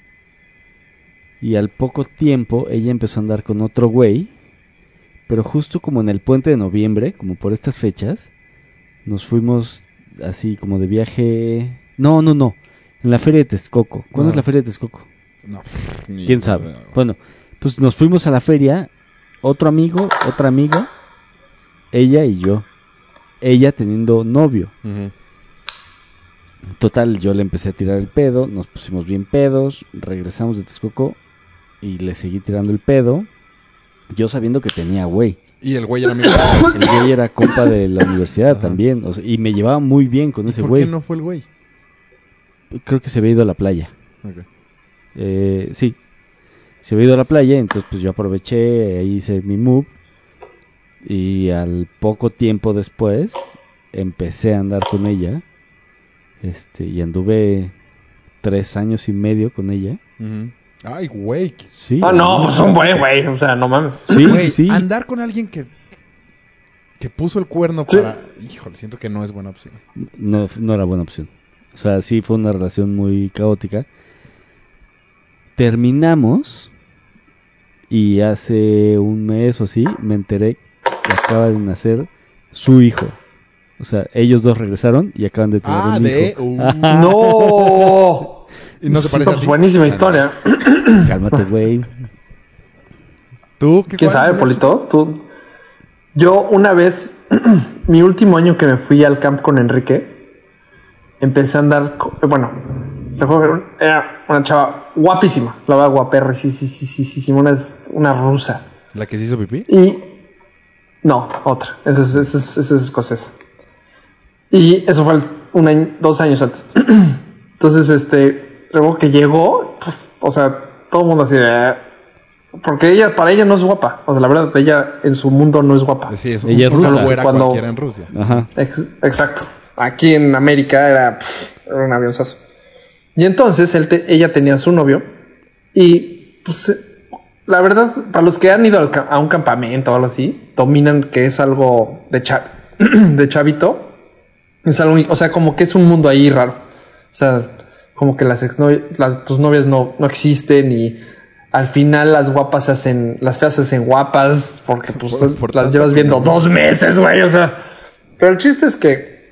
A: y al poco tiempo ella empezó a andar con otro güey, pero justo como en el puente de noviembre, como por estas fechas, nos fuimos así como de viaje... No, no, no, en la feria de Texcoco. ¿Cuándo
C: Ah.
A: es la feria de Texcoco?
C: No, pff, ni-
A: ¿Quién sabe? Bueno, pues nos fuimos a la feria, otro amigo, otra amiga, ella y yo. Ella teniendo novio.
C: Ujú.
A: Total, yo le empecé a tirar el pedo, nos pusimos bien pedos, regresamos de Texcoco y le seguí tirando el pedo. Yo sabiendo que tenía güey.
C: Y el güey era amigo.
A: El güey era compa de la universidad
C: Ajá.
A: también. o sea, y me llevaba muy bien con ese
C: ¿Por
A: güey.
C: qué no fue el güey?
A: Creo que se había ido a la playa.
C: Ok.
A: Eh, sí. Se había ido a la playa, entonces pues yo aproveché, ahí hice mi move. Y al poco tiempo después empecé a andar con ella. Este, y anduve tres años y medio con ella.
C: Ujú. Ay, güey. qué-
A: Sí.
B: Ah, no, pues un buen güey, o sea, no mames.
A: Sí,
C: Güey,
A: sí, sí.
C: Andar con alguien que... Que puso el cuerno
B: Sí.
C: para... Híjole, siento que no es buena opción.
A: No, no era buena opción. O sea, sí fue una relación muy caótica. Terminamos Y hace un mes o así me enteré que acaba de nacer su hijo. O sea, ellos dos regresaron y acaban de tener
C: Ah,
A: un
C: de.
A: hijo.
C: uh,
B: ¡No!
C: y no se
B: Sí,
C: parece a
B: pues,
C: ti.
B: buenísima
C: Ah, no.
B: historia.
A: Cálmate, güey.
C: ¿Tú qué
B: ¿Quién
C: cuál?
B: sabe, Polito? Tú. Yo una vez, mi último año que me fui al camp con Enrique, empecé a andar, co- eh, bueno, me acuerdo que era un- era una chava guapísima, la verdad guaperra, sí, sí, sí, sí, sí, sí, una, es- una rusa.
C: ¿La que se hizo pipí?
B: Y no, otra, esa es, esa es- esa es escocesa. Y eso fue el- un año, dos años antes. Entonces, este, luego que llegó, pues, o sea, todo el mundo así de, "Ah". Porque ella, para ella no es guapa. O sea, la verdad, ella en su mundo no es guapa.
C: Eh, Sí, es
A: Ella es
C: una
A: rusa.
C: güera
B: Cuando-
C: cualquiera en Rusia.
A: Ajá.
B: Ex- exacto. Aquí en América era, pf, era un avionzazo. Y entonces él te- ella tenía a su novio y pues eh, la verdad, para los que han ido al ca- a un campamento o algo así, dominan que es algo de, cha- de chavito. Es algo, o sea, como que es un mundo ahí raro. O sea, como que las, exnovi- las- tus novias no, no existen y al final las guapas se hacen, las feas se hacen guapas porque pues,
C: Por- por
B: las
C: tanto
B: llevas viendo
C: compromiso.
B: dos meses, güey. O sea, pero el chiste es que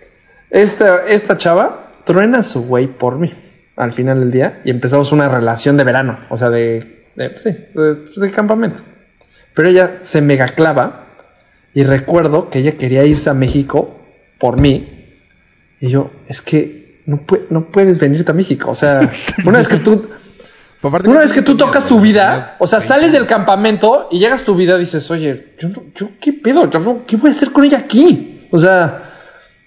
B: esta, esta chava truena a su güey por mí al final del día y empezamos una relación de verano, o sea, de, de- pues sí, de, de campamento. Pero ella se megaclava y recuerdo que ella quería irse a México por mí y yo, es que no, pue- no puedes venirte a México, o sea, una vez que tú...
C: Aparte,
B: Una vez que tú tocas tu vida,
C: Tenías
B: o sea,
C: 20.
B: sales del campamento y llegas tu vida, dices, oye, yo, no- yo qué pedo, Yo no- ¿qué voy a hacer con ella aquí? O sea,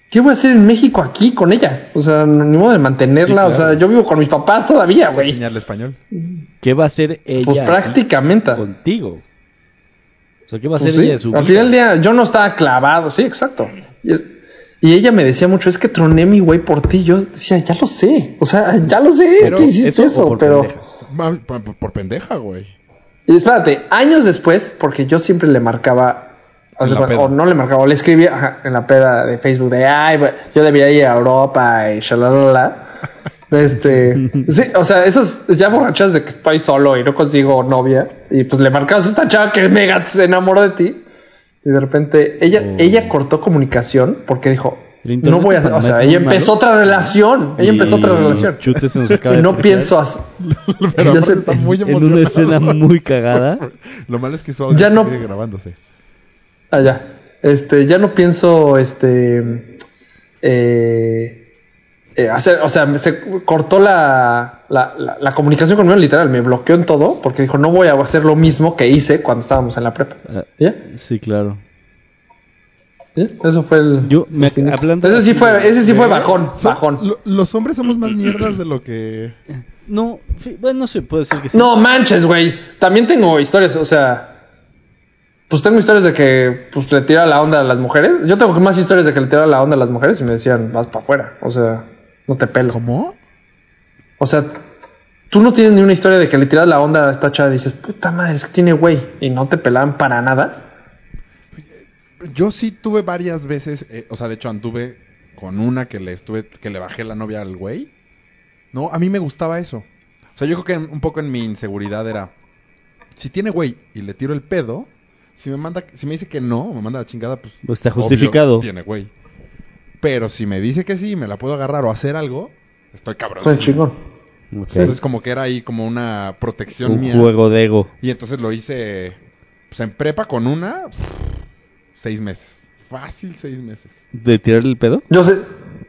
B: ¿qué voy a hacer en México aquí con ella? O sea, no- ni modo de mantenerla,
C: Sí, claro.
B: o sea, yo vivo con mis papás todavía, güey.
C: enseñarle español.
A: ¿Qué va a hacer ella
B: Pues
A: aquí
B: prácticamente.
A: contigo? O sea, ¿qué va a hacer
B: Pues sí,
A: ella de su vida?
B: Al final del día, yo no estaba clavado, sí, exacto. Y, y ella me decía mucho, es que troné mi güey por ti. Yo decía, ya lo sé, o sea, ya lo sé,
A: Pero
B: que hiciste
A: eso o
B: eso,
A: por
B: pero...
A: pendeja.
C: Ma- pa- Por, pendeja, güey.
B: Y espérate, años después, porque yo siempre le marcaba, o,
C: En la
B: sea,
C: peda.
B: o no le marcaba, o le escribía ajá, en la peda de Facebook de, ay, güey, yo debería ir a Europa y shalalala. Este, sí, o sea, esos ya borrachas de que estoy solo y no consigo novia. Y pues le marcabas a esta chava que mega se enamoró de ti. Y de repente ella,
A: Oh.
B: ella cortó comunicación porque dijo,
A: El internet
B: no voy a
A: para
B: hacer, o
A: mí
B: sea,
A: es
B: ella
A: muy malo.
B: empezó otra relación. Ella empezó otra
A: Y
B: relación.
A: Chutes se nos acaba
B: Y
A: de
B: no
A: cruzar
B: pienso así.
C: Pero
B: Ya
C: aparte
B: se-
C: está muy
A: En una escena
C: emocionado.
A: muy cagada.
C: Lo malo es que su audio
B: Ya no-
C: sigue grabándose.
B: Allá. Este, Ah, ya no pienso, este, eh, eh, hacer, o sea, se cortó la, la, la- la comunicación conmigo, literal, me bloqueó en todo porque dijo, no voy a hacer lo mismo que hice cuando estábamos en la prepa.
A: Ah,
B: ¿Ya?
A: sí, claro.
B: ¿Ya? Eso fue el...
A: Yo, me, hablando...
B: ese sí fue, ese sí fue bajón,
C: Son-
B: bajón.
C: lo- los hombres somos más mierdas de lo que.
A: No, fi- bueno, no se puede decir que sí.
B: No manches, güey. También tengo historias, o sea... Pues tengo historias de que pues, le tira la onda a las mujeres. Yo tengo más historias de que le tira la onda a las mujeres y me decían, vas para afuera. O sea, no te pelo.
C: ¿Cómo?
B: O sea, tú no tienes ni una historia de que le tiras la onda a esta chava y dices, puta madre, es que tiene güey. Y no te pelaban para nada.
C: Yo sí tuve varias veces, eh, o sea, de hecho anduve con una que le estuve, que le bajé la novia al güey. No, a mí me gustaba eso. O sea, yo creo que en- un poco en mi inseguridad era, si tiene güey y le tiro el pedo, si me manda, si me dice que no, me manda la chingada, pues
A: Pues está
C: obvio,
A: justificado.
C: tiene güey. Pero si me dice que sí, y me la puedo agarrar o hacer algo, estoy cabrón.
B: Soy chingón.
A: Ok.
C: Entonces como que era ahí como una protección
A: Un
C: mía.
A: juego de ego.
C: Y entonces lo hice pues, en prepa con una, seis meses. Fácil seis meses.
A: ¿De tirarle el pedo?
B: Yo sé,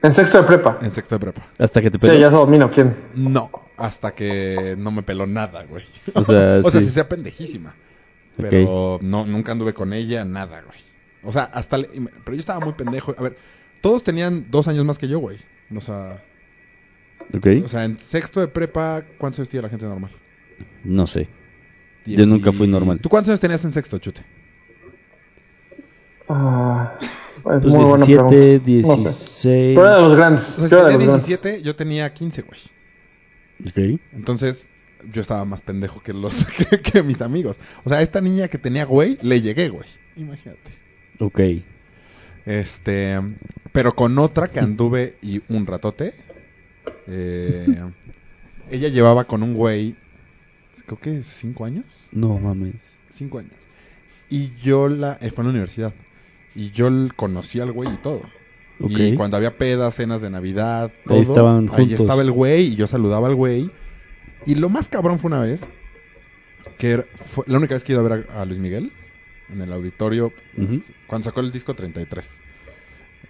B: en sexto de prepa.
C: En sexto de prepa.
A: Hasta que te
B: Sí,
A: pedo.
B: ya se domino quién.
C: No, hasta que no me peló nada, güey.
A: O sea,
C: o sea,
A: sí.
C: sí sea pendejísima. Pero no, nunca anduve con ella, nada, güey. O sea, hasta... le- Pero yo estaba muy pendejo. A ver, todos tenían dos años más que yo, güey. O sea,
A: Ok.
C: o sea en sexto de prepa, ¿cuántos años tiene la gente normal?
A: No sé. Yo nunca fui normal.
C: ¿Tú cuántos años tenías en sexto, chute?
B: Ah, es
A: Pues
B: muy buena
A: 17,
B: pregunta. No sé.
A: 16.
B: Yo era de los
C: O
B: grandes.
C: sea, si
B: Yo era de
C: tenía
B: los grandes.
C: 17, yo tenía 15, güey.
A: Ok.
C: Entonces, yo estaba más pendejo que los que, que mis amigos. O sea, a esta niña que tenía güey, le llegué, güey. Imagínate.
A: Ok.
C: Este, pero con otra que anduve y un ratote. eh, ella llevaba con un güey creo que cinco años.
A: No mames.
C: Cinco años. Y yo la... eh, fue en la universidad. Y yo l- conocí al güey y todo. Y
A: Ok.
C: cuando había pedas, cenas de Navidad, todo, ahí,
A: estaban juntos.
C: estaba el güey y yo saludaba al güey. Y lo más cabrón fue una vez, que era- fue la única vez que he ido a ver a, a Luis Miguel, en el auditorio,
A: Ujú.
C: es- cuando sacó el disco 33.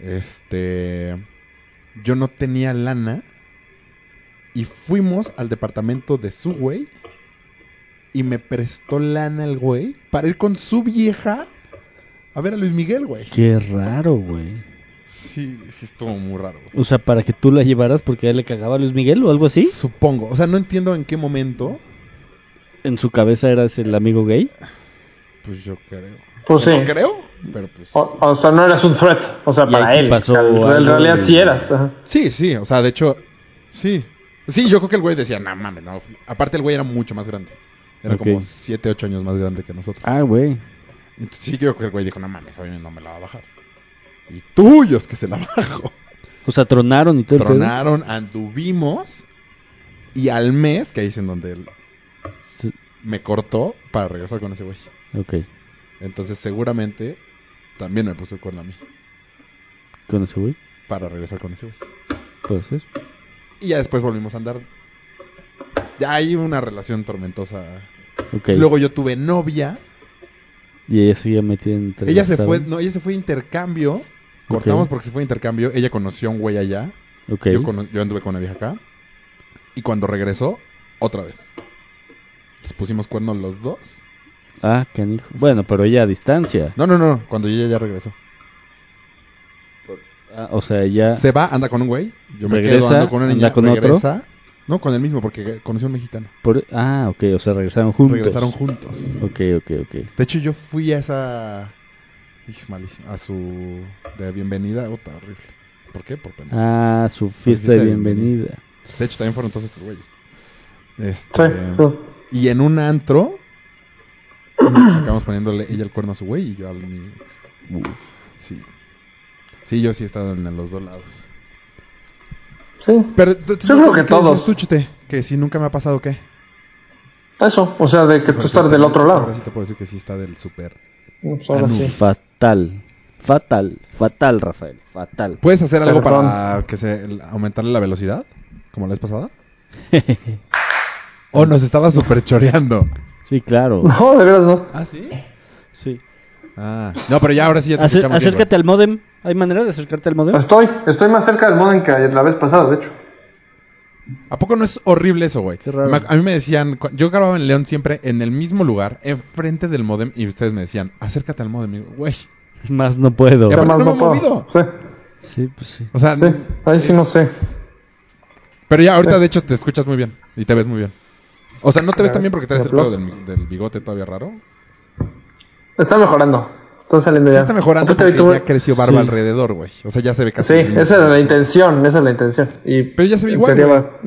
C: Este, yo no tenía lana y fuimos al departamento de su güey y me prestó lana el güey para ir con su vieja a ver a Luis Miguel, güey.
A: Qué raro, güey.
C: Sí, sí estuvo muy raro. güey.
A: O sea, para que tú la llevaras porque a él le cagaba a Luis Miguel o algo así.
C: Supongo. O sea, no entiendo en qué momento.
A: En su cabeza eras el amigo gay.
C: Pues yo creo.
B: Pues sí.
C: No creo, pero pues...
B: O, o sea, no eras un threat. O sea,
A: Y
B: para
A: ahí sí
B: él.
A: pasó
B: cal-
A: algo
B: en realidad
A: de-
B: sí eras. ajá.
C: Sí, sí. O sea, de hecho... Sí. Sí, yo creo que el güey decía, no mames, no. Aparte el güey era mucho más grande. Era
A: Ok.
C: como 7, 8 años más grande que nosotros.
A: Ah, güey.
C: Entonces, sí, yo creo que el güey dijo, no mames, a mí no me la va a bajar. Y tuyos que se la bajo.
A: O sea, tronaron y todo. el pedo.
C: Tronaron, anduvimos. Y al mes, que ahí es en donde él
A: Sí.
C: me cortó para regresar con ese güey.
A: Ok.
C: Entonces seguramente también me puso el cuerno a mí
A: ¿Con ese güey?
C: para regresar con ese güey.
A: Puede ser.
C: Y ya después volvimos a andar. Ya hay una relación tormentosa.
A: Ok.
C: Luego yo tuve novia.
A: Y ella seguía metida entre
C: ella
A: las
C: se fue,
A: sábanas.
C: no, ella se fue de intercambio. Cortamos porque se fue de intercambio. Ella conoció a un güey allá.
A: Ok.
C: Yo, cono- yo anduve con una vieja acá. Y cuando regresó, otra vez. Nos pusimos cuernos los dos.
A: Ah, canijo. Bueno, pero ella a distancia.
C: No, no, no. Cuando ella ya regresó.
A: Ah, o sea, ella...
C: Se va, anda con un güey. Yo me
A: Regresa,
C: quedo, ando con una
A: anda
C: niña.
A: con otro.
C: regresa. No, con el mismo porque conoció a un mexicano.
A: por- Ah, ok. O sea, regresaron juntos.
C: Regresaron juntos.
A: Ok, ok, ok.
C: De hecho, yo fui a esa. Ij, malísimo. A su. De bienvenida. Puta, horrible. ¿Por qué? Por pendejo.
A: Ah, su fiesta
C: fiesta
A: de
C: de
A: bienvenida.
C: De hecho, también fueron todos estos güeyes.
B: Sí,
C: Este,
B: pues,
C: Y en un antro. acabamos poniéndole ella el cuerno a su güey y yo a mi.
A: Uf.
C: Sí. Sí, yo sí he estado en los dos lados.
B: sí.
C: Pero t- t-
B: Yo creo que
C: ¿qué
B: todos.
C: dices tú, Chute? que si nunca me ha pasado, ¿qué?
B: Eso. O sea, de que tú estás del otro lado.
C: Ahora sí te puedo decir que sí está del super.
B: Pues ahora
C: Anubis.
B: sí.
A: Ah, Fatal. Fatal. Fatal, Rafael. Fatal.
C: ¿Puedes hacer algo
B: Perdón.
C: para que se aumentarle la velocidad? Como la vez pasada. O Oh, nos estaba super choreando.
A: sí, claro.
B: No, de veras no.
C: ¿Ah, sí?
A: Sí.
C: Ah. No, pero ya ahora sí ya te
A: Acer-
C: escuchamos bien,
A: acércate al modem. ¿Hay manera de acercarte al modem?
B: Estoy, estoy más cerca del modem que la vez pasada, de hecho.
C: güey. ¿A poco no es horrible eso, güey?
A: Qué raro.
C: Me- A mí me decían, cu- yo grababa en León siempre en el mismo lugar, enfrente del modem, y ustedes me decían, acércate al modem. Y digo, güey.
A: Más no puedo.
C: Ya, Pero
B: más
C: no me he movido.
B: Sí,
A: Sí, pues sí.
C: O sea,
B: sí, ahí sí no sé.
C: pero ya ahorita de hecho te escuchas muy bien y te ves muy bien. O sea, no te ves tan bien porque traes el pelo
B: Aplauso.
C: del, del bigote todavía raro.
B: Está mejorando. Está saliendo
C: Sí
B: ya.
C: está mejorando
B: Aparte,
C: porque
B: ahorita
C: ya creció barba
A: Sí.
C: alrededor, güey. O sea, ya se ve
B: Sí,
C: casi.
B: esa era la intención, esa era la intención. Y
C: Pero ya se ve
B: en
C: igual,
B: teoría
C: güey.
B: va-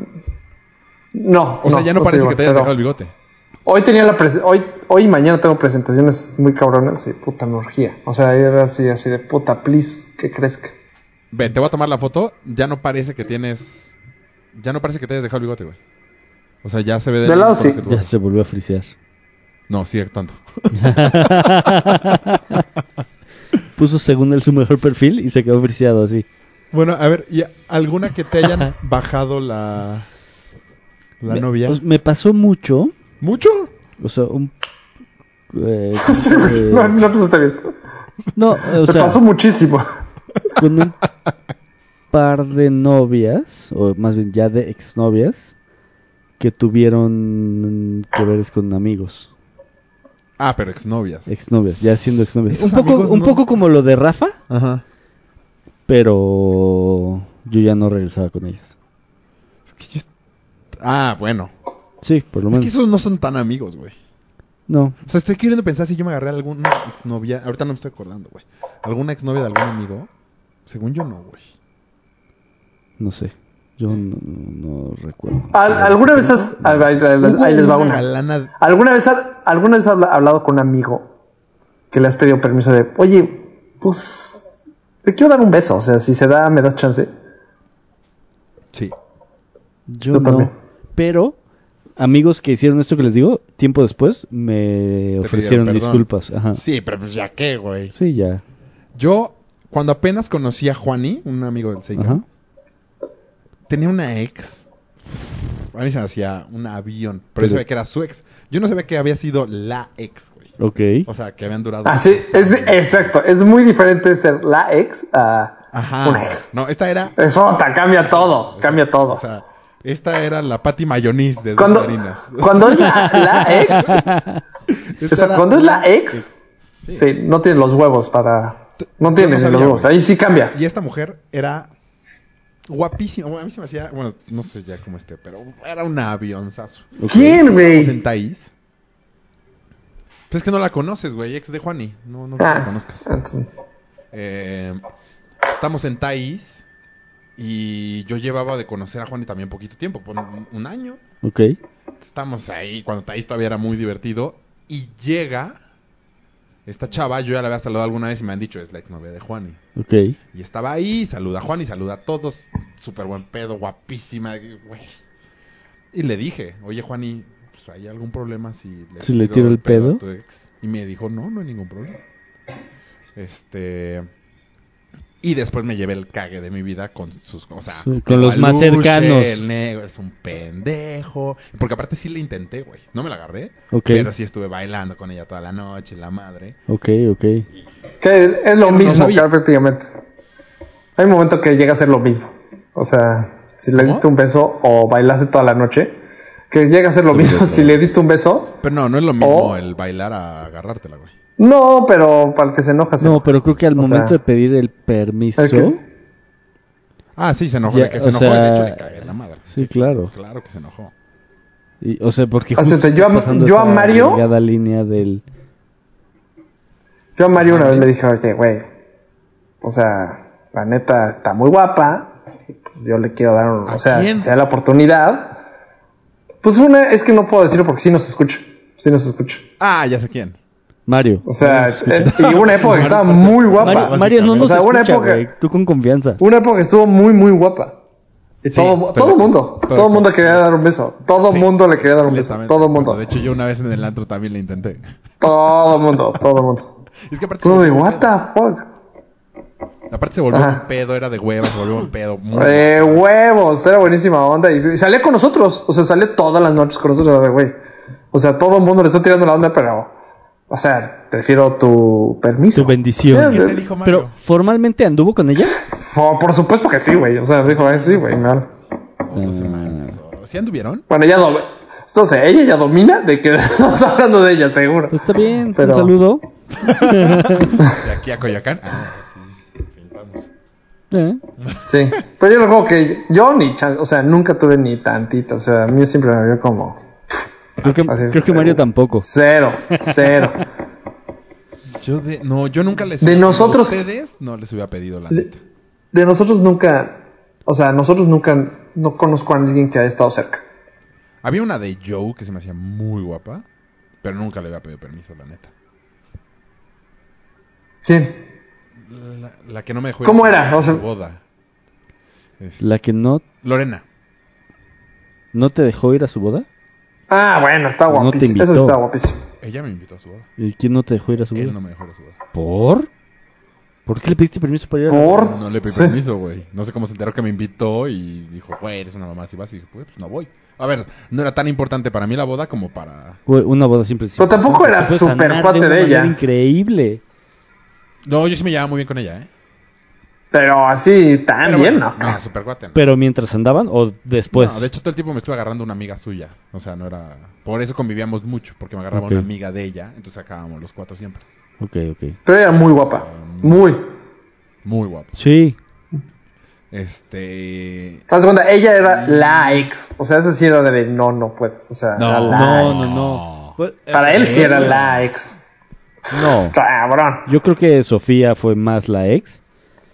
B: No,
C: O sea, ya no
B: se
C: parece
B: igual,
C: que te hayas
B: pero
C: dejado el bigote.
B: Hoy tenía la pres- hoy hoy y mañana tengo presentaciones muy cabronas y puta me urgía. O sea, era así así de puta, please, que crezca.
C: Ve, te voy a tomar la foto. Ya no parece que tienes. Ya no parece que te hayas dejado el bigote, güey. O sea, ya se ve.
B: De lado
C: color
B: sí.
C: que tú-
A: Ya se volvió a frisear.
C: No, sigue tanto.
A: Puso según él su mejor perfil y se quedó friseado así.
C: Bueno, a ver, ¿y alguna que te hayan bajado la. La
A: me,
C: novia?
A: pues, me pasó mucho.
C: ¿Mucho?
A: O sea, un. eh,
B: Sí,
A: eh,
B: no, no pues está bien.
A: no, o
B: Me
A: sea,
B: pasó muchísimo.
A: con un par de novias, o más bien ya de exnovias, que tuvieron que ver con amigos.
C: Ah, pero exnovias.
A: Exnovias, ya siendo exnovias. Un
C: Esos
A: poco,
C: amigos
A: un
C: no-
A: poco como lo de Rafa,
C: Ajá.
A: pero yo ya no regresaba con ellas.
C: Es que yo... Ah, bueno.
A: Sí, por lo
C: Es
A: menos.
C: que esos no son tan amigos, güey.
A: No,
C: O sea, estoy queriendo pensar si yo me agarré a alguna exnovia. Ahorita no me estoy acordando, güey. ¿Alguna exnovia de algún amigo? Según yo, no, güey.
A: no sé. Yo no, no recuerdo.
B: Al- ¿Alguna vez has ahí, va- ahí va- ahí les va
C: Hubo
B: una?
C: galana-
B: ¿Alguna vez, ha- alguna vez has habla- hablado con un amigo que le has pedido permiso de, oye, pues te quiero dar un beso? O sea, si se da, me das chance.
C: Sí.
A: Yo
B: Yo
A: no.
B: también.
A: Pero amigos que hicieron esto que les digo, tiempo después me ofrecieron
C: perdón.
A: disculpas. Ajá.
C: Sí, pero pues ya qué, güey.
A: Sí, ya.
C: Yo, cuando apenas conocí a Juani, un amigo del Seika,
A: Ajá.
C: tenía una ex. A mí se me hacía un avión. Pero yo
A: Sí.
C: sabía que era su ex. Yo no sabía que había sido la ex, güey.
A: Ok.
C: O sea, que habían durado.
B: Así, Ah, es, exacto. Es muy diferente ser la ex a
C: Ajá.
B: una ex.
C: No, esta era.
B: Eso otra, cambia todo, cambia todo.
C: O sea, esta era la Patty Mayonis de dos
B: Cuando,
C: marinas.
B: cuando es la, la ex, o
C: Esta
B: sea,
C: era
B: cuando es la ex,
C: Sí.
B: sí, no tiene los huevos para. No
C: Yo no
B: tiene
C: sabía,
B: los huevos.
C: güey.
B: Ahí sí cambia.
C: Y esta mujer era guapísima. Bueno, a mí se me hacía. Bueno, no sé ya cómo esté, pero era un avionzazo.
A: ok.
B: ¿Quién,
C: Estamos en
B: güey?
C: Taís. Pues es que no la conoces, güey. Ex de Juani. No, no la
B: Ah,
C: conozcas. Eh, estamos en Taís. Y yo llevaba de conocer a Juani también poquito tiempo. pon- Un, año.
A: Ok.
C: Estamos ahí cuando Taís todavía era muy divertido. Y llega esta chava. Yo ya la había saludado alguna vez y me han dicho: es la exnovia de Juani.
A: Ok.
C: Y estaba ahí, saluda a Juan y saluda a todos. Súper buen pedo, guapísima, güey. Y le dije, oye, Juan, ¿y pues, hay algún problema si le,
A: ¿Si le tiro el pedo?
C: a tu ex? Y me dijo, no, no hay ningún problema. Este. Y después me llevé el cague de mi vida con sus. O sea,
A: Sí, con los más
C: Baluche,
A: cercanos.
C: El negro es un pendejo. Porque aparte sí le intenté, güey. No me la agarré.
A: Ok.
C: Pero sí estuve bailando con ella toda la noche, la madre.
A: Ok, ok.
B: Que es lo mismo,
C: sabía.
B: cara, prácticamente. Hay un momento que llega a ser lo mismo. O sea, si le
C: ¿Cómo?
B: diste un beso o bailaste toda la noche, que llega a ser lo
A: Sí,
B: mismo
A: sí, sí.
B: si le diste un beso.
C: Pero no, no es lo mismo
B: Oh.
C: el bailar a agarrártela, güey.
B: No, pero para el que se enoja, se
A: No,
B: enoja.
A: pero creo que al
B: O
A: momento
B: sea,
A: de pedir el permiso.
B: es que-
C: Ah, sí, se enojó.
A: Ya,
C: de que
A: o
C: se enojó y de
A: sea,
C: hecho le cagué la madre.
A: Sí, claro.
C: Claro que se enojó.
A: Y, o sea, porque.
B: O sea,
A: justo
B: te- yo
A: está
B: a-
A: pasando
B: yo a
A: esa
B: Mario-
A: delgada línea del.
B: Yo a Mario una vez le dije, oye, güey, o sea, la neta está muy guapa. y, pues, Yo le quiero dar, un,
C: ¿A
B: o sea,
C: quién?
B: si se da la oportunidad. Pues una, es que no puedo decirlo porque sí nos escucha. Sí nos escucha.
C: Ah, ya sé quién.
A: Mario.
B: O sea,
A: ¿no nos escucha?
B: eh, y hubo una época que estaba muy guapa.
A: Mario, Mario no nos
B: O sea, una
A: escucha,
B: época-
A: güey. Tú con confianza.
B: Una época estuvo muy, muy guapa. todo
C: estoy
B: todo
C: de-
B: mundo,
C: estoy de
B: todo mundo
C: acuerdo.
B: quería dar un beso. Todo
C: Sí.
B: mundo le quería dar un beso.
C: Completamente
B: Todo
C: de acuerdo.
B: mundo.
C: De hecho, yo una vez en el antro también le intenté.
B: Todo mundo, todo mundo.
C: Es que aparte, se
B: Todo de
C: volvió un
B: what the fuck.
C: pedo. aparte se volvió
B: Ajá.
C: un pedo, era de hueva, se volvió un pedo. Muy
B: Eh, huevos, era buenísima onda. Y, y salía con nosotros, o sea, salía todas las noches con nosotros, era de, güey. O sea, todo el mundo le está tirando la onda, pero. O sea, prefiero tu permiso.
A: Tu bendición.
B: Eh,
C: ¿Qué te dijo Mario?
A: Pero, ¿formalmente anduvo con ella?
B: Oh, por, por supuesto que sí, güey. O sea, dijo, "Ay, sí, güey. me vale".
C: Otras
B: Ah.
C: semanas. o- ¿Sí anduvieron?
B: Bueno, ya doble. No sé, ella ya domina de que estamos hablando de ella, seguro.
A: Pues está bien.
B: Pero-
A: Un saludo.
C: De aquí a Coyoacán. Ah, sí. pintamos.
A: Eh,
B: Sí, pero yo recuerdo que yo ni chan- o sea, nunca tuve ni tantito, o sea, a mí siempre me vio como
A: Creo que,
B: Así es.
A: creo que Mario tampoco.
B: cero, cero.
C: Yo de, no, yo nunca les
B: De
C: hubiera-
B: nosotros-
C: a ustedes no les hubiera pedido la
B: De,
C: neta.
B: de nosotros nunca, o sea, nosotros nunca, no conozco a alguien que haya estado cerca.
C: Había una de Joe que se me hacía muy guapa, pero nunca le había pedido permiso, la neta.
B: ¿Quién?
C: La, la que no me dejó
B: ¿Cómo
C: a
B: era?
C: su
B: O sea-
C: boda. Este,
A: La que no,
C: Lorena.
A: no te dejó ir a su boda.
B: Ah, bueno, está
A: Pues no te
B: guapísimo.
A: invitó.
B: Eso está guapísimo.
C: Ella me invitó a su boda.
A: ¿Y quién no te dejó ir a su boda?
C: Él no me dejó ir a su boda.
A: ¿Por? ¿Por qué le pediste permiso para ir a la boda?
B: Por
C: No le pedí
B: sí.
C: permiso, güey. No sé cómo se enteró que me invitó y dijo, güey, eres una mamá si vas. Y dije, "Güey, pues no voy. A ver, no era tan importante para mí la boda como para...
A: Güey, Una boda simple.
B: Pero tampoco era
A: Puedes
B: súper
A: sanar
B: cuate
A: una
B: de ella.
A: manera Increíble.
C: No, yo sí me llevaba muy bien con ella, ¿eh?
B: Pero así tan
C: Pero
B: Ah, bien,
C: bueno,
B: ¿no?
C: No, super guate. No.
A: Pero pues, mientras andaban o después.
C: No, de hecho, todo el tiempo me estuve agarrando una amiga suya. O sea, no era... Por eso convivíamos mucho, porque me agarraba
A: Ok.
C: una amiga de ella. Entonces acabábamos los cuatro siempre.
A: Ok, ok.
B: Pero era muy guapa, muy.
C: Muy guapos.
A: Sí.
C: Este...
B: ¿Te das cuenta? Ella era la ex, o sea, esa sí era la de no, no puedes, o sea, era la
A: No,
B: ex.
A: no,
C: No.
A: no. Pues, eh,
B: Para él sí era la ex.
A: No.
B: Cabrón.
A: Yo creo que Sofía fue más la ex.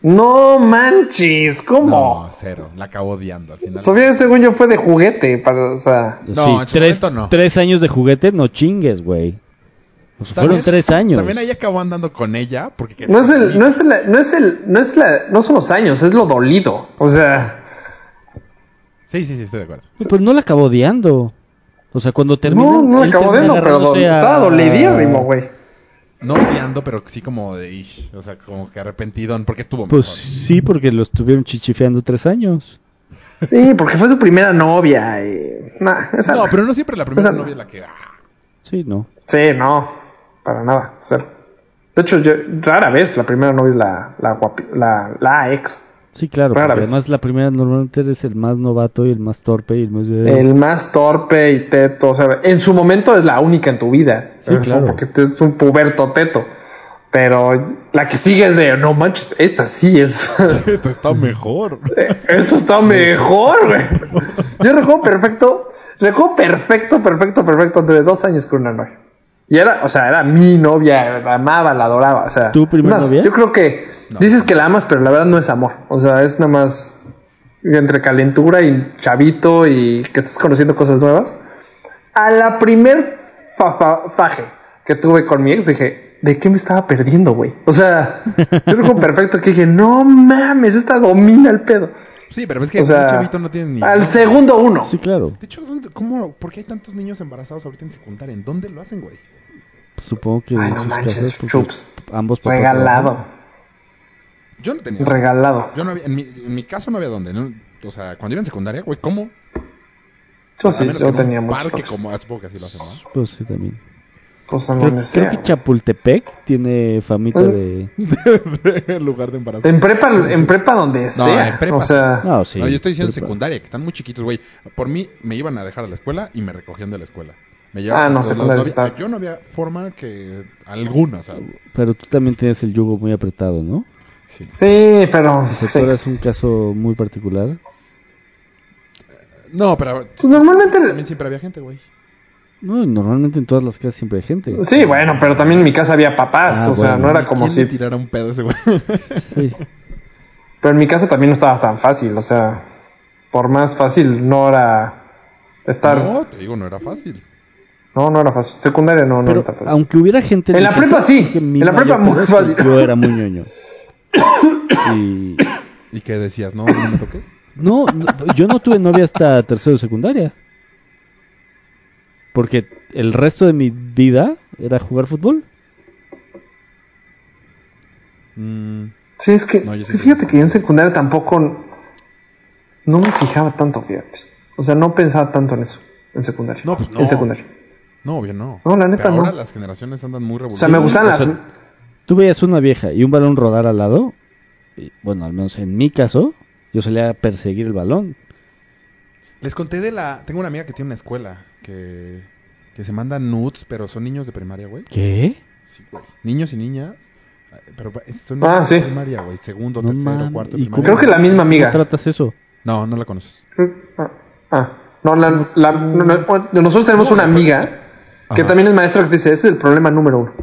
B: No manches,
C: No,
B: ¿cómo?
C: cero. La acabó odiando al final.
B: Sofía, según yo, fue de juguete. Para, o sea,
C: No,
A: Sí,
C: en su
A: tres,
C: momento no.
A: tres años de juguete, no chingues, güey. O sea,
C: También-
A: fueron tres años.
C: También ahí acabó andando con ella porque... quería
B: no es el,
C: conmigo.
B: no es el, no es el, no es la, no son los años, es lo dolido. O sea,
C: Sí, sí, sí, estoy de acuerdo.
A: Pues no la acabó odiando. O sea, cuando termina.
B: No, no me acabó de no, pero do- estaba dolidísimo, güey.
C: No odiando, pero sí como de ish. O sea, como que arrepentidón. Porque tuvo
A: Pues sí, porque lo estuvieron chichifeando tres años.
B: Sí, porque fue su primera novia. Y... Nah, esa
C: No,
B: no.
C: pero no siempre la primera
B: Esa no.
C: novia la que. ah,
A: Sí, no.
B: Sí, no, para nada, cero. De hecho, yo, rara vez la primera novia es la, la, guapi- la, la ex.
A: Sí, claro.
B: Rara
A: porque
B: vez.
A: además, la primera normalmente eres el más novato y el más torpe y el más.
B: El más torpe y teto. O sea, en su momento es la única en tu vida.
A: Sí,
B: ¿sabes?
A: claro.
B: Porque es un puberto teto. Pero la que sigue es de, no manches, esta sí es.
C: Esto está mejor.
B: Esto está mejor, güey. Yo recuerdo perfecto, recuerdo perfecto, perfecto, perfecto, de dos años con una novia. Y era, o sea, era mi novia, la amaba, la adoraba. O sea,
A: ¿Tu primer
B: más,
A: novia?
B: Yo creo que
C: No.
B: dices que la amas, pero la verdad no es amor. O sea, es nada más entre calentura y chavito y que estás conociendo cosas nuevas. A la primer fa- fa- faje que tuve con mi ex, dije, ¿de qué me estaba perdiendo, güey? O sea, yo recuerdo perfecto que dije, no mames, esta domina el pedo.
C: Sí, pero es que
B: O sea,
C: un chavito no tiene ni.
B: al segundo uno.
A: Sí, claro.
C: De hecho, ¿dónde- cómo, ¿por qué hay tantos niños embarazados ahorita en secundaria? ¿En dónde lo hacen, güey?
A: Supongo que.
B: Ay,
A: en
B: no
A: sus
B: manches,
A: casas, pues,
B: chups.
A: Ambos papás
B: Regalado,
C: Yo no tenía.
B: regalado.
C: Yo no había, en, mi, en mi caso no había dónde. ¿no? O sea, cuando iba en secundaria, güey, ¿cómo?
B: Yo
C: Pues, A
B: sí,
C: menos que
B: yo
C: en un
B: tenía muchos.
C: parque
B: toques.
C: como, ah, supongo que así lo hacen, ¿no?
A: Pues sí, también.
B: Pues en
A: Creo,
B: donde
A: creo
B: sea.
A: que Chapultepec tiene famita
B: ¿Eh?
A: de.
C: El lugar de embarazo.
B: En prepa, en prepa donde sea.
C: en prepa.
B: O sea,
A: No, sí.
C: no, Ah, yo estoy diciendo
A: Pero-
C: secundaria, que están muy chiquitos, güey. Por mí, me iban a dejar a la escuela y me recogían de la escuela. Me llevaban
B: Ah, no,
C: a todos
B: secundaria
C: lados. No había-
B: está-
C: Yo no había forma que alguna, o sea,
A: Pero tú también tienes el yugo muy apretado, ¿no?
C: sí.
B: sí, pero.
A: O sea,
B: sí.
A: tú eras un caso muy particular.
C: No, pero
B: Pues Normalmente.
C: también siempre había gente, güey.
A: No, y normalmente en todas las casas siempre hay gente.
B: Sí, bueno, pero también en mi casa había papás.
A: Ah,
B: o sea,
A: bueno.
B: no era como
C: ¿Quién le
B: si.
C: tirara un pedo a ese güey?
A: Sí.
B: Pero en mi casa también no estaba tan fácil. O sea, por más fácil, no era. Estar. No,
C: No, te digo, no era fácil.
B: no, era fácil. Secundaria no, pues. no
A: Pero
B: era tan fácil.
A: aunque hubiera gente...
B: En
A: mi
B: la
A: casa,
B: prepa sí,
A: creo que mi
B: en la
A: mayor
B: prepa muy
A: pedo es que
B: fácil.
A: Yo era muy ñoño. Y...
C: ¿Y qué decías? No, no me toques.
A: No, no, yo no tuve novia hasta tercero de secundaria. Porque el resto de mi vida era jugar fútbol.
C: Mm,
B: Sí, es que,
C: No, yo
B: sí,
C: sí.
B: fíjate que yo en secundaria tampoco no me fijaba tanto, fíjate. O sea, no pensaba tanto en eso en secundaria.
C: No, pues no.
B: En secundaria.
C: no, bien, no.
B: No, la neta,
C: Pero ahora
B: no.
C: las generaciones andan muy
B: O
C: revolucionadas.
B: sea, me gustan
A: o
B: las
A: sea, Tú veías una vieja y un balón rodar al lado. y, bueno, al menos en mi caso, yo salía a perseguir el balón.
C: Les conté de la... Tengo una amiga que tiene una escuela que, que se manda nudes, pero son niños de primaria, güey.
A: ¿Qué?
C: Sí, güey. Niños y niñas. eh, Pero va- son
B: Ah,
C: niños de
B: sí.
C: primaria, güey. Segundo,
A: No
C: tercero,
A: mames.
C: cuarto,
A: ¿Y
C: primaria.
A: cómo-
B: creo que la misma
A: ¿Cómo
B: amiga.
A: tratas eso?
C: No, no la conoces.
B: Ah, ah. no, la, la- no, no, bueno, nosotros tenemos una amiga que
C: Ajá.
B: también es maestra que dice, ese es el problema número uno.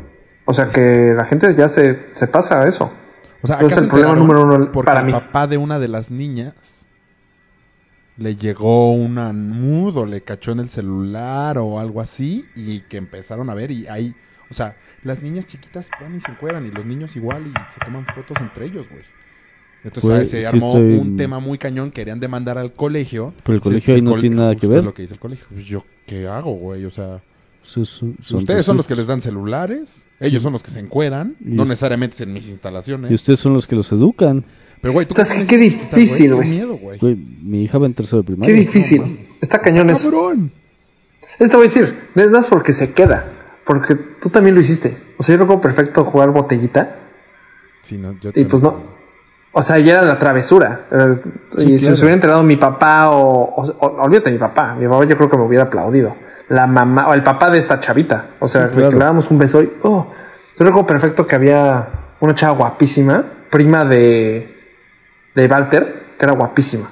B: O sea, que la gente ya se, se pasa a eso.
C: O sea,
B: Ese es
C: se
B: el problema
C: enteraron
B: número uno
C: porque
B: para
C: el
B: mí.
C: papá de una de las niñas le llegó una nudo, le cachó en el celular o algo así y que empezaron a ver y ahí, o sea, las niñas chiquitas van y se encueran y los niños igual y se toman fotos entre ellos, güey. Entonces
A: Güey,
C: ahí se
A: sí
C: armó
A: estoy-
C: un tema muy cañón, querían demandar al colegio.
A: Pero el
C: Sí,
A: colegio ahí
C: el
A: no
C: col-
A: tiene nada que
C: justo
A: ver.
C: lo que dice el colegio. Pues yo, ¿qué hago, güey? O sea,
A: Su- su-
C: ustedes
A: tus
C: son los que
A: hijos.
C: les dan celulares, ellos son los que se encueran,
A: Y
C: no
A: us-
C: necesariamente es en mis instalaciones.
A: Y ustedes son los que los educan.
C: Pero, güey, tú
B: Estás
C: cómo
B: que qué
C: necesitas,
B: difícil,
C: Qué
B: güey.
C: miedo, güey.
A: Güey, mi hija va en tercero de
B: Qué
A: primaria.
B: difícil. Está cañón eso.
C: Cabrón.
B: Esto voy a decir, es más porque se queda, porque tú también lo hiciste. O sea, yo recuerdo perfecto jugar botellita
C: Sí, no, yo
B: y pues no. O sea, ya era la travesura. Era el-
A: Sí,
B: y si
A: claro.
B: se hubiera enterado mi papá o, o- o- Olvídate, mi papá. Mi papá yo creo que me hubiera aplaudido. La mamá o el papá de esta chavita. O sea,
A: Sí, claro.
B: le dábamos un beso y... Oh, yo recuerdo perfecto que había una chava guapísima, prima de, de Walter, que era guapísima.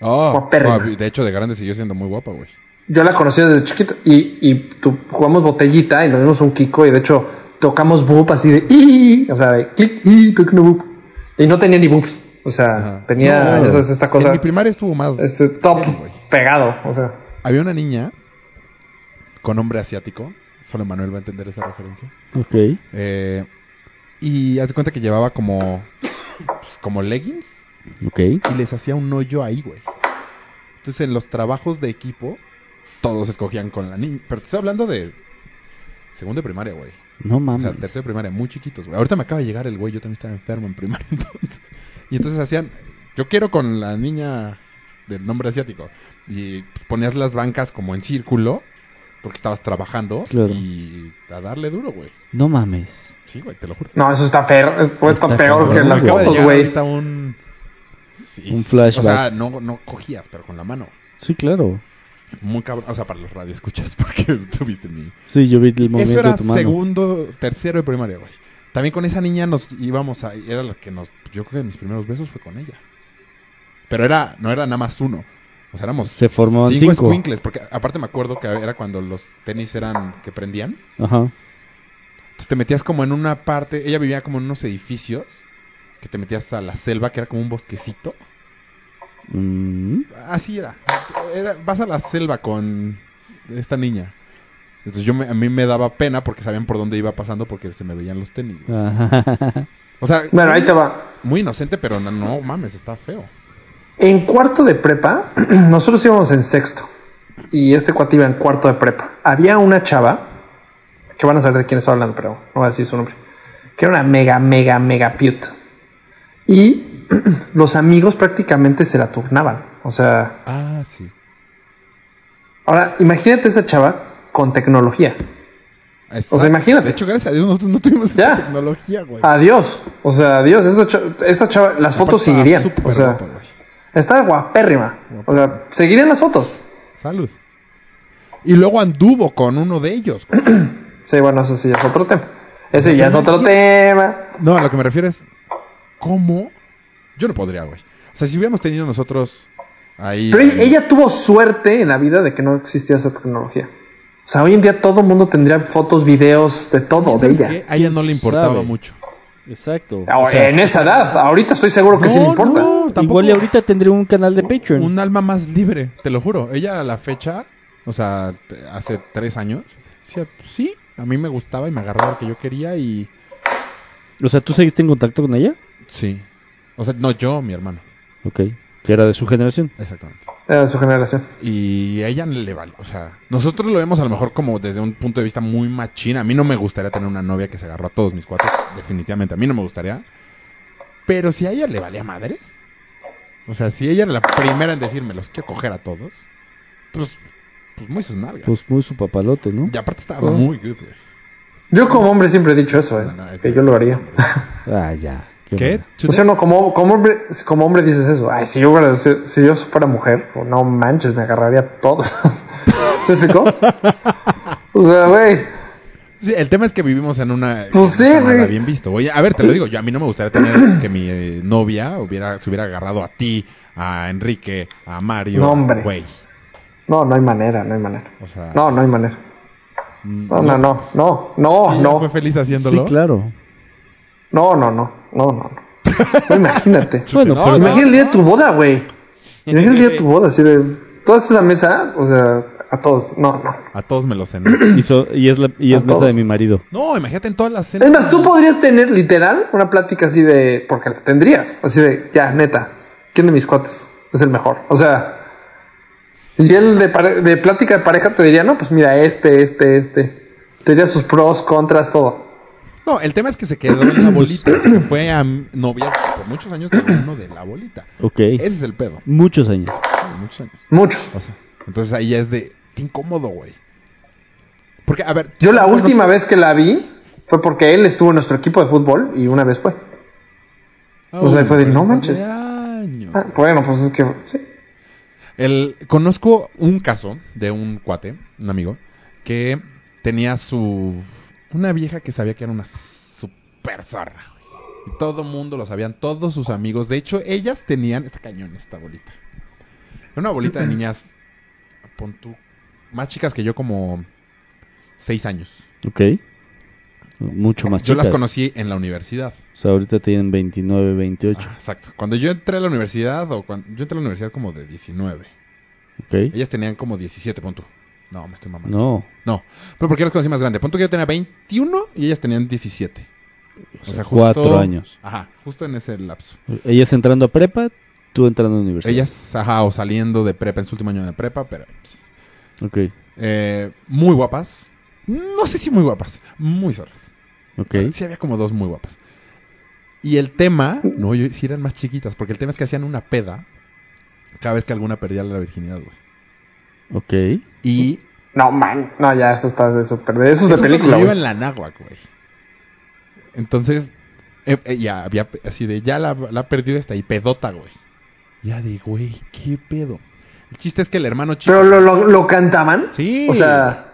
C: Oh,
B: Guapérrima.
C: guap- de hecho, de grande siguió siendo muy guapa, güey.
B: Yo la conocí desde chiquito y, y tu- jugamos botellita y nos dimos un Kiko y de hecho tocamos boop así de "Ii", o sea, de clic, y clic, no boop. Y no tenía ni boops, o sea,
C: Ajá.
B: tenía
C: No,
B: ya sabes, esta
C: En
B: cosa,
C: mi primaria estuvo más.
B: este top
C: bien, güey.
B: pegado, o sea,
C: Había una niña con nombre asiático. Solo Manuel va a entender esa referencia.
A: Ok.
C: Eh, y hace cuenta que llevaba como. pues, como leggings.
A: Ok.
C: y les hacía un hoyo ahí, güey. Entonces, en los trabajos de equipo, todos escogían con la niña. Pero te estoy hablando de segundo de primaria, güey.
A: No mames.
C: O sea, tercero de primaria, muy chiquitos, güey. Ahorita me acaba de llegar el güey, yo también estaba enfermo en primaria entonces. Y entonces hacían, yo quiero con la niña del nombre asiático. Y pues, ponías las bancas como en círculo, porque estabas trabajando.
A: Claro.
C: Y a darle duro, güey.
A: No mames.
C: Sí, güey, te lo juro.
B: No, eso está, feo,
A: Está
B: peor
A: cabrón,
B: que
C: Me
B: las
C: acaba de
B: fotos,
C: llegar
B: güey.
C: ahorita un... sí,
A: Un
C: sí,
A: flashback.
C: O sea, no, no cogías, pero con la mano.
A: Sí, claro.
C: Muy cabrón. O sea, para los radioescuchas, porque tuviste mi...
A: Sí, yo vi el movimiento
C: Eso era
A: de tu mano.
C: segundo, tercero de primaria, güey. También con esa niña nos íbamos a... Era la que nos... Yo creo que mis primeros besos fue con ella. Pero era... No era nada más uno. O sea, éramos...
A: Se formó en
C: Cinco
A: cinco.
C: escuincles, porque aparte me acuerdo que era cuando los tenis eran que prendían.
A: Ajá.
C: Entonces te metías como en una parte, ella vivía como en unos edificios, que te metías a la selva, que era como un bosquecito.
A: Mm.
C: Así era. Era- vas a la selva con esta niña. Entonces yo me- a mí me daba pena porque sabían por dónde iba pasando porque se me veían los tenis. güey.
A: Ajá.
C: O sea,
B: Bueno, ahí te va.
C: muy inocente, pero no, no mames, está feo.
B: En cuarto de prepa, nosotros íbamos en sexto y este cuate iba en cuarto de prepa. Había una chava que van a saber de quién estoy hablando, pero no voy a decir su nombre. Que era una mega, mega, mega cute. Y los amigos prácticamente se la turnaban. O sea,
C: Ah, sí.
B: ahora imagínate esa chava con tecnología.
C: Exacto.
B: O sea, imagínate.
C: Ah, De hecho, gracias a Dios nosotros no tuvimos
B: Ya. Ah,
C: esa tecnología, güey.
B: Adiós. O sea, adiós. Esta cha- esta chava, las fotos
C: Aparte,
B: seguirían.
C: ah, súper
B: O sea,
C: guapa, güey.
B: estaba guapérrima. O sea, seguirían las fotos.
C: Salud. Y luego anduvo con uno de ellos. güey.
B: Sí, bueno, eso sí es otro tema. Ese ya es otro tema.
C: No, a lo que me refiero es cómo yo no podría, güey. O sea, si hubiéramos tenido nosotros ahí
B: Pero ella, ella tuvo suerte en la vida de que no existía esa tecnología. O sea, hoy en día todo el mundo tendría fotos, videos, de todo, de
C: ¿Sabes
B: ella.
C: qué? a ella no le importaba
A: sabe?
C: mucho.
A: Exacto.
B: Ahora, Ah, en esa edad, ahorita estoy seguro que sí le
C: No,
B: importa.
C: no, tampoco.
A: Igual y ahorita tendré un canal de Patreon.
C: Un alma más libre, te lo juro. Ella a la fecha, o sea, te- hace tres años, decía, "Pues sí, a mí me gustaba y me agarraba lo que yo quería y...
A: O sea, ¿tú seguiste en contacto con ella?
C: Sí. O sea, no yo, mi hermano.
A: Ok. Que era de su generación.
C: Exactamente.
B: Era de su generación.
C: Y a ella le vale. O sea, nosotros lo vemos a lo mejor como desde un punto de vista muy machín. A mí no me gustaría tener una novia que se agarró a todos mis cuates. Definitivamente, a mí no me gustaría. Pero si a ella le valía madres. O sea, si ella era la primera en decirme los quiero coger a todos. Pues, pues muy sus nalgas.
A: Pues muy su papalote, ¿no?
C: y aparte estaba muy good, güey.
B: Yo como hombre siempre he dicho eso, ¿eh?
C: No, no,
B: que yo lo haría.
A: Ah, ya.
C: ¿Qué?
A: onda.
B: O sea, no, como, como, hombre, como hombre dices eso. Ay, si yo, fuera- si, si yo fuera mujer, pues, no manches, me agarraría a todos. ¿Se explicó? o sea, güey.
C: Sí, el tema es que vivimos en una...
B: Pues sí,
C: en una cámara
B: güey.
C: bien visto. Oye, a ver, te lo digo, yo a mí no me gustaría tener que mi eh, novia hubiera, se hubiera agarrado a ti, a Enrique, a Mario,
B: No, hombre.
C: güey.
B: No, no hay manera, no hay manera.
C: O sea,
B: No, no hay manera.
C: mm,
B: No, no, no, no, no,
C: ¿Ella
B: no,
C: fue feliz haciéndolo.
A: Sí, claro.
B: no, no, no, no, no. no. Imagínate.
A: Bueno,
C: No,
A: pero
C: no.
B: Imagínate el día de tu boda, güey. Imagínate el día de tu boda, así de... Toda esa mesa, o sea, a todos. No, no.
C: A todos me lo cené.
A: hizo- y es, la, y
B: A
A: es mesa
B: todos.
A: de mi marido.
C: No, imagínate en todas las
B: Es
C: cenas.
B: más, tú podrías tener literal una plática así de... Porque la tendrías. Así de, ya, neta. ¿Quién de mis cuates es el mejor? O sea... Y él de, pare- de plática de pareja te diría, no, pues mira, este, este, este. Te diría sus pros, contras, todo.
C: No, el tema es que se quedó en la bolita. o sea, que fue a novia por muchos años de uno de la bolita.
A: Ok.
C: Ese es el pedo.
A: Muchos años.
C: Sí, muchos años.
B: Muchos.
C: O sea, entonces ahí ya es de... Qué incómodo, güey. Porque, a ver...
B: Yo la
C: no-
B: última vez que la vi fue porque él estuvo en nuestro equipo de fútbol y una vez fue. o sea, fue de, no manches.
C: años.
B: Ah, bueno, pues es que sí.
C: El, conozco un caso de un cuate, un amigo, que tenía su... Una vieja que sabía que era una super zorra. güey. Y todo mundo lo sabían, todos sus amigos. De hecho, ellas tenían... Esta cañón, esta bolita. Era una bolita de niñas, pon tú, más chicas que yo como seis años.
A: Ok. Mucho más
C: Yo las
A: chicas.
C: conocí en la universidad.
A: O sea, ahorita tienen 29, 28.
C: Ah, exacto. Cuando yo entré a la universidad, o cuando yo entré a la universidad como de 19.
A: Ok.
C: Ellas tenían como 17, pon tú. No, me estoy mamando.
A: No.
C: No, pero porque yo las conocí más grande. Punto que yo tenía 21 y ellas tenían 17.
A: O sea, cuatro años.
C: Ajá, justo en ese lapso.
A: Ellas entrando a prepa, tú entrando a universidad.
C: Ellas, ajá, o saliendo de prepa en su último año de prepa, pero X.
A: Ok,
C: eh, muy guapas. No sé si muy guapas, muy zorras.
A: ok.
C: Sí había como dos muy guapas. Y el tema, no, yo, sí eran más chiquitas, porque el tema es que hacían una peda cada vez que alguna perdía la virginidad, güey.
A: Ok.
C: Y
B: No, man. No, ya, eso está de super. De, eso es
C: Eso
B: de
C: cuando
B: película,
C: yo iba
B: güey.
C: en la náhuac, güey. Entonces, eh, eh, ya había pe- así de, ya la, la perdió esta y pedota, güey. Ya de, güey, qué pedo. El chiste es que el hermano chico.
B: Pero lo, lo, lo cantaban.
C: Sí.
B: O sea.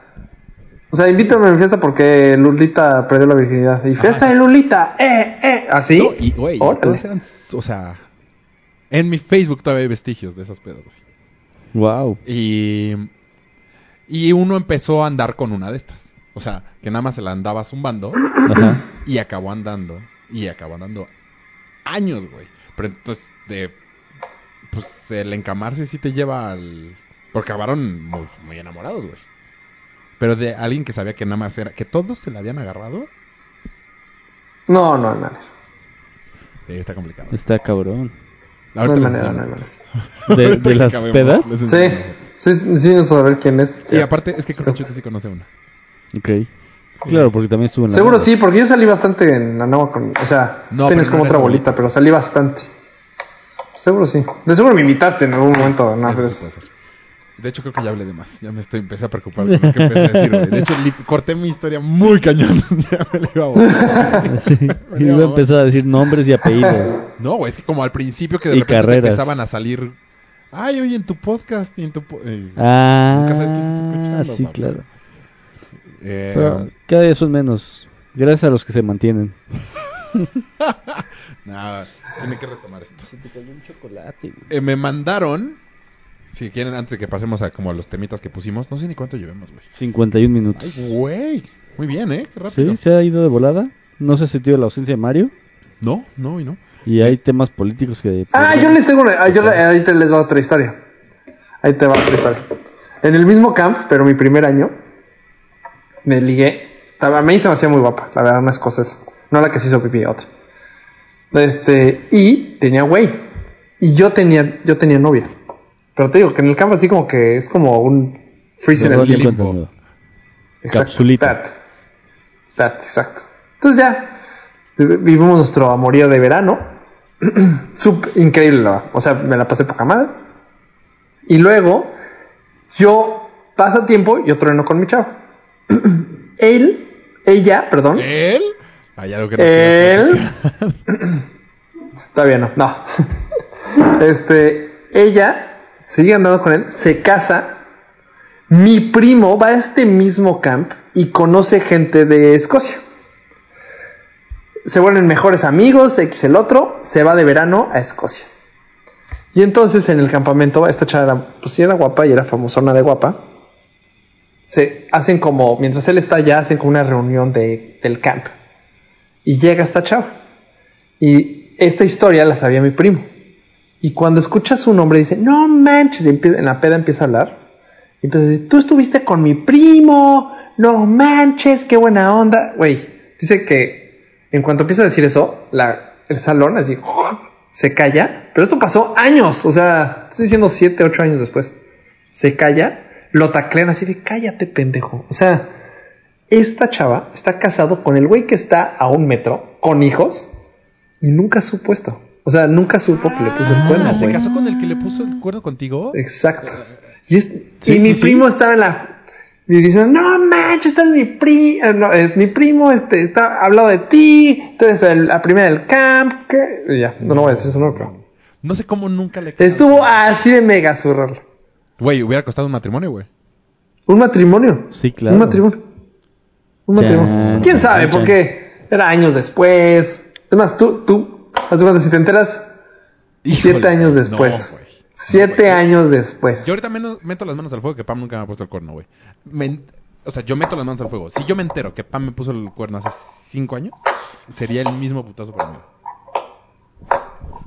B: O sea, invítame a mi fiesta porque Lulita perdió la virginidad. Y fiesta de Lulita, eh, eh. ¿Así?
C: No, y, güey, y
B: Órale.
C: todas eran, o sea, en mi Facebook todavía hay vestigios de esas pedas, güey.
A: Wow.
C: Y, y uno empezó a andar con una de estas. O sea, que nada más se la andaba zumbando
A: Ajá.
C: y acabó andando. Y acabó andando años, güey. Pero entonces, de, pues el encamarse sí te lleva al. Porque acabaron muy, muy enamorados, güey. Pero de alguien que sabía que nada más era. Que todos se la habían agarrado.
B: No, no, no.
C: eh, está complicado.
A: Está cabrón.
B: No
C: Ahorita
B: hay
C: les
B: manera,
C: enseño
B: no hay
C: una
B: manera.
C: foto.
A: ¿De, de
C: Ahorita que
A: las
C: acabemos,
A: pedas?
C: les enseño
B: Sí,
C: una foto.
B: sí, sí, no saber quién es.
C: Y aparte, es que Crocochute sí conoce una.
A: Ok. Claro, porque también estuvo en la.
B: Seguro sí, porque yo salí bastante en la nava con. O sea,
C: No,
B: tú tienes
C: pero no
B: como
C: eres
B: otra
C: tu
B: bolita,
C: bolita.
B: pero salí bastante. Seguro sí. De seguro me invitaste en algún momento. No,
C: Eso
B: pero
C: sí
B: es-
C: puede ser. De hecho, creo que ya hablé de más. Ya me estoy, empecé a preocupar con lo que empecé a decir, güey. De hecho, li- corté mi historia muy cañón. ya me la iba a borrar.
A: Sí. Y luego empezó a decir nombres y apellidos.
C: No, güey, es que como al principio que de
A: Y
C: repente
A: carreras.
C: empezaban a salir. Ay, oye, en tu podcast y en tu. po-" Eh,
A: Ah,
C: Nunca sabes quién te está escuchando,
A: sí,
C: papá.
A: claro.
C: eh,
A: Pero cada día son menos. Gracias a los que se mantienen.
C: nada, tiene que retomar esto.
A: Se te cayó un chocolate,
C: Eh, me mandaron. Si quieren, antes de que pasemos a como a los temitas que pusimos, no sé ni cuánto llevemos, güey.
A: 51 minutos.
C: Ay, güey. Muy bien, ¿eh? Qué rápido.
A: Sí, se ha ido de volada. No se ha sentido la ausencia de Mario.
C: No, no y no.
A: Y hay temas políticos que.
B: Ah, yo les tengo. una- ah, yo le- ahí te les va otra historia. Ahí te va otra historia. En el mismo camp, pero mi primer año, me ligué. Estaba- A mí se me hacía muy guapa, la verdad, una escocesa. No la que se hizo pipí, otra. Este, y tenía güey. Y yo tenía, yo tenía novia. Pero te digo que en el camp así como que es como un freeze en
A: Los dos
B: el tiempo.
A: encuentran
C: limbo.
A: nudo. Capsulita.
B: Espérate. Espérate, exacto. Entonces ya vivimos nuestro amorío de verano. Sup- increíble, la verdad. O sea, me la pasé poca madre. Y luego, yo pasa tiempo, yo trueno con mi chavo. Él, ella, perdón.
C: ¿Él? Hay algo que no quieras
B: Él.
C: platicar.
B: Todavía no, no. Este, ella sigue andando con él, se casa. Mi primo va a este mismo camp y conoce gente de Escocia. Se vuelven mejores amigos, X el otro, se va de verano a Escocia. Y entonces en el campamento, esta chava era, pues sí era guapa y era famosona de guapa. Se hacen como, mientras él está allá, hacen como una reunión de, del camp. Y llega esta chava. Y esta historia la sabía mi primo. Y cuando escucha su nombre dice, no manches, y empieza- en la peda empieza a hablar. Y empieza a decir, tú estuviste con mi primo, no manches, qué buena onda. Güey, dice que en cuanto empieza a decir eso, la, el salón así ¡oh! se calla. Pero esto pasó años, o sea, estoy diciendo siete, ocho años después. Se calla, lo taclean así de cállate, pendejo. O sea, esta chava está casado con el güey que está a un metro, con hijos, y nunca supo esto. O sea, nunca supo que le puso el cuerno.
C: Ah, ¿Se
B: güey.
C: casó con el que le puso el cuerno contigo?
B: Exacto. Y, es-
A: Eh, Sí,
B: y mi
A: sí, sí.
B: primo estaba en la. Y dicen, no manches, este es mi primo, mi primo, este, está ha hablado de ti, tú eres el- la primera del camp, que- y ya, no, no voy a decir su nombre, pero
C: No sé cómo nunca le
B: estuvo así de mega su rol.
C: Güey, hubiera costado un matrimonio, güey.
B: Un matrimonio.
A: Sí, claro.
B: Un matrimonio. Un
A: Chan,
B: matrimonio. ¿Quién sabe?
A: chan.
B: Porque era años después. Es más, tú, tú, haz de cuenta, si te enteras
C: Híjole,
B: siete años
C: güey,
B: después.
C: no, güey.
B: siete
C: güey.
B: años después.
C: Yo ahorita menos- meto las manos al fuego que Pam nunca me ha puesto el cuerno, güey. Me en- O sea, yo meto las manos al fuego. Si yo me entero que Pam me puso el cuerno hace cinco años, sería el mismo putazo para mí.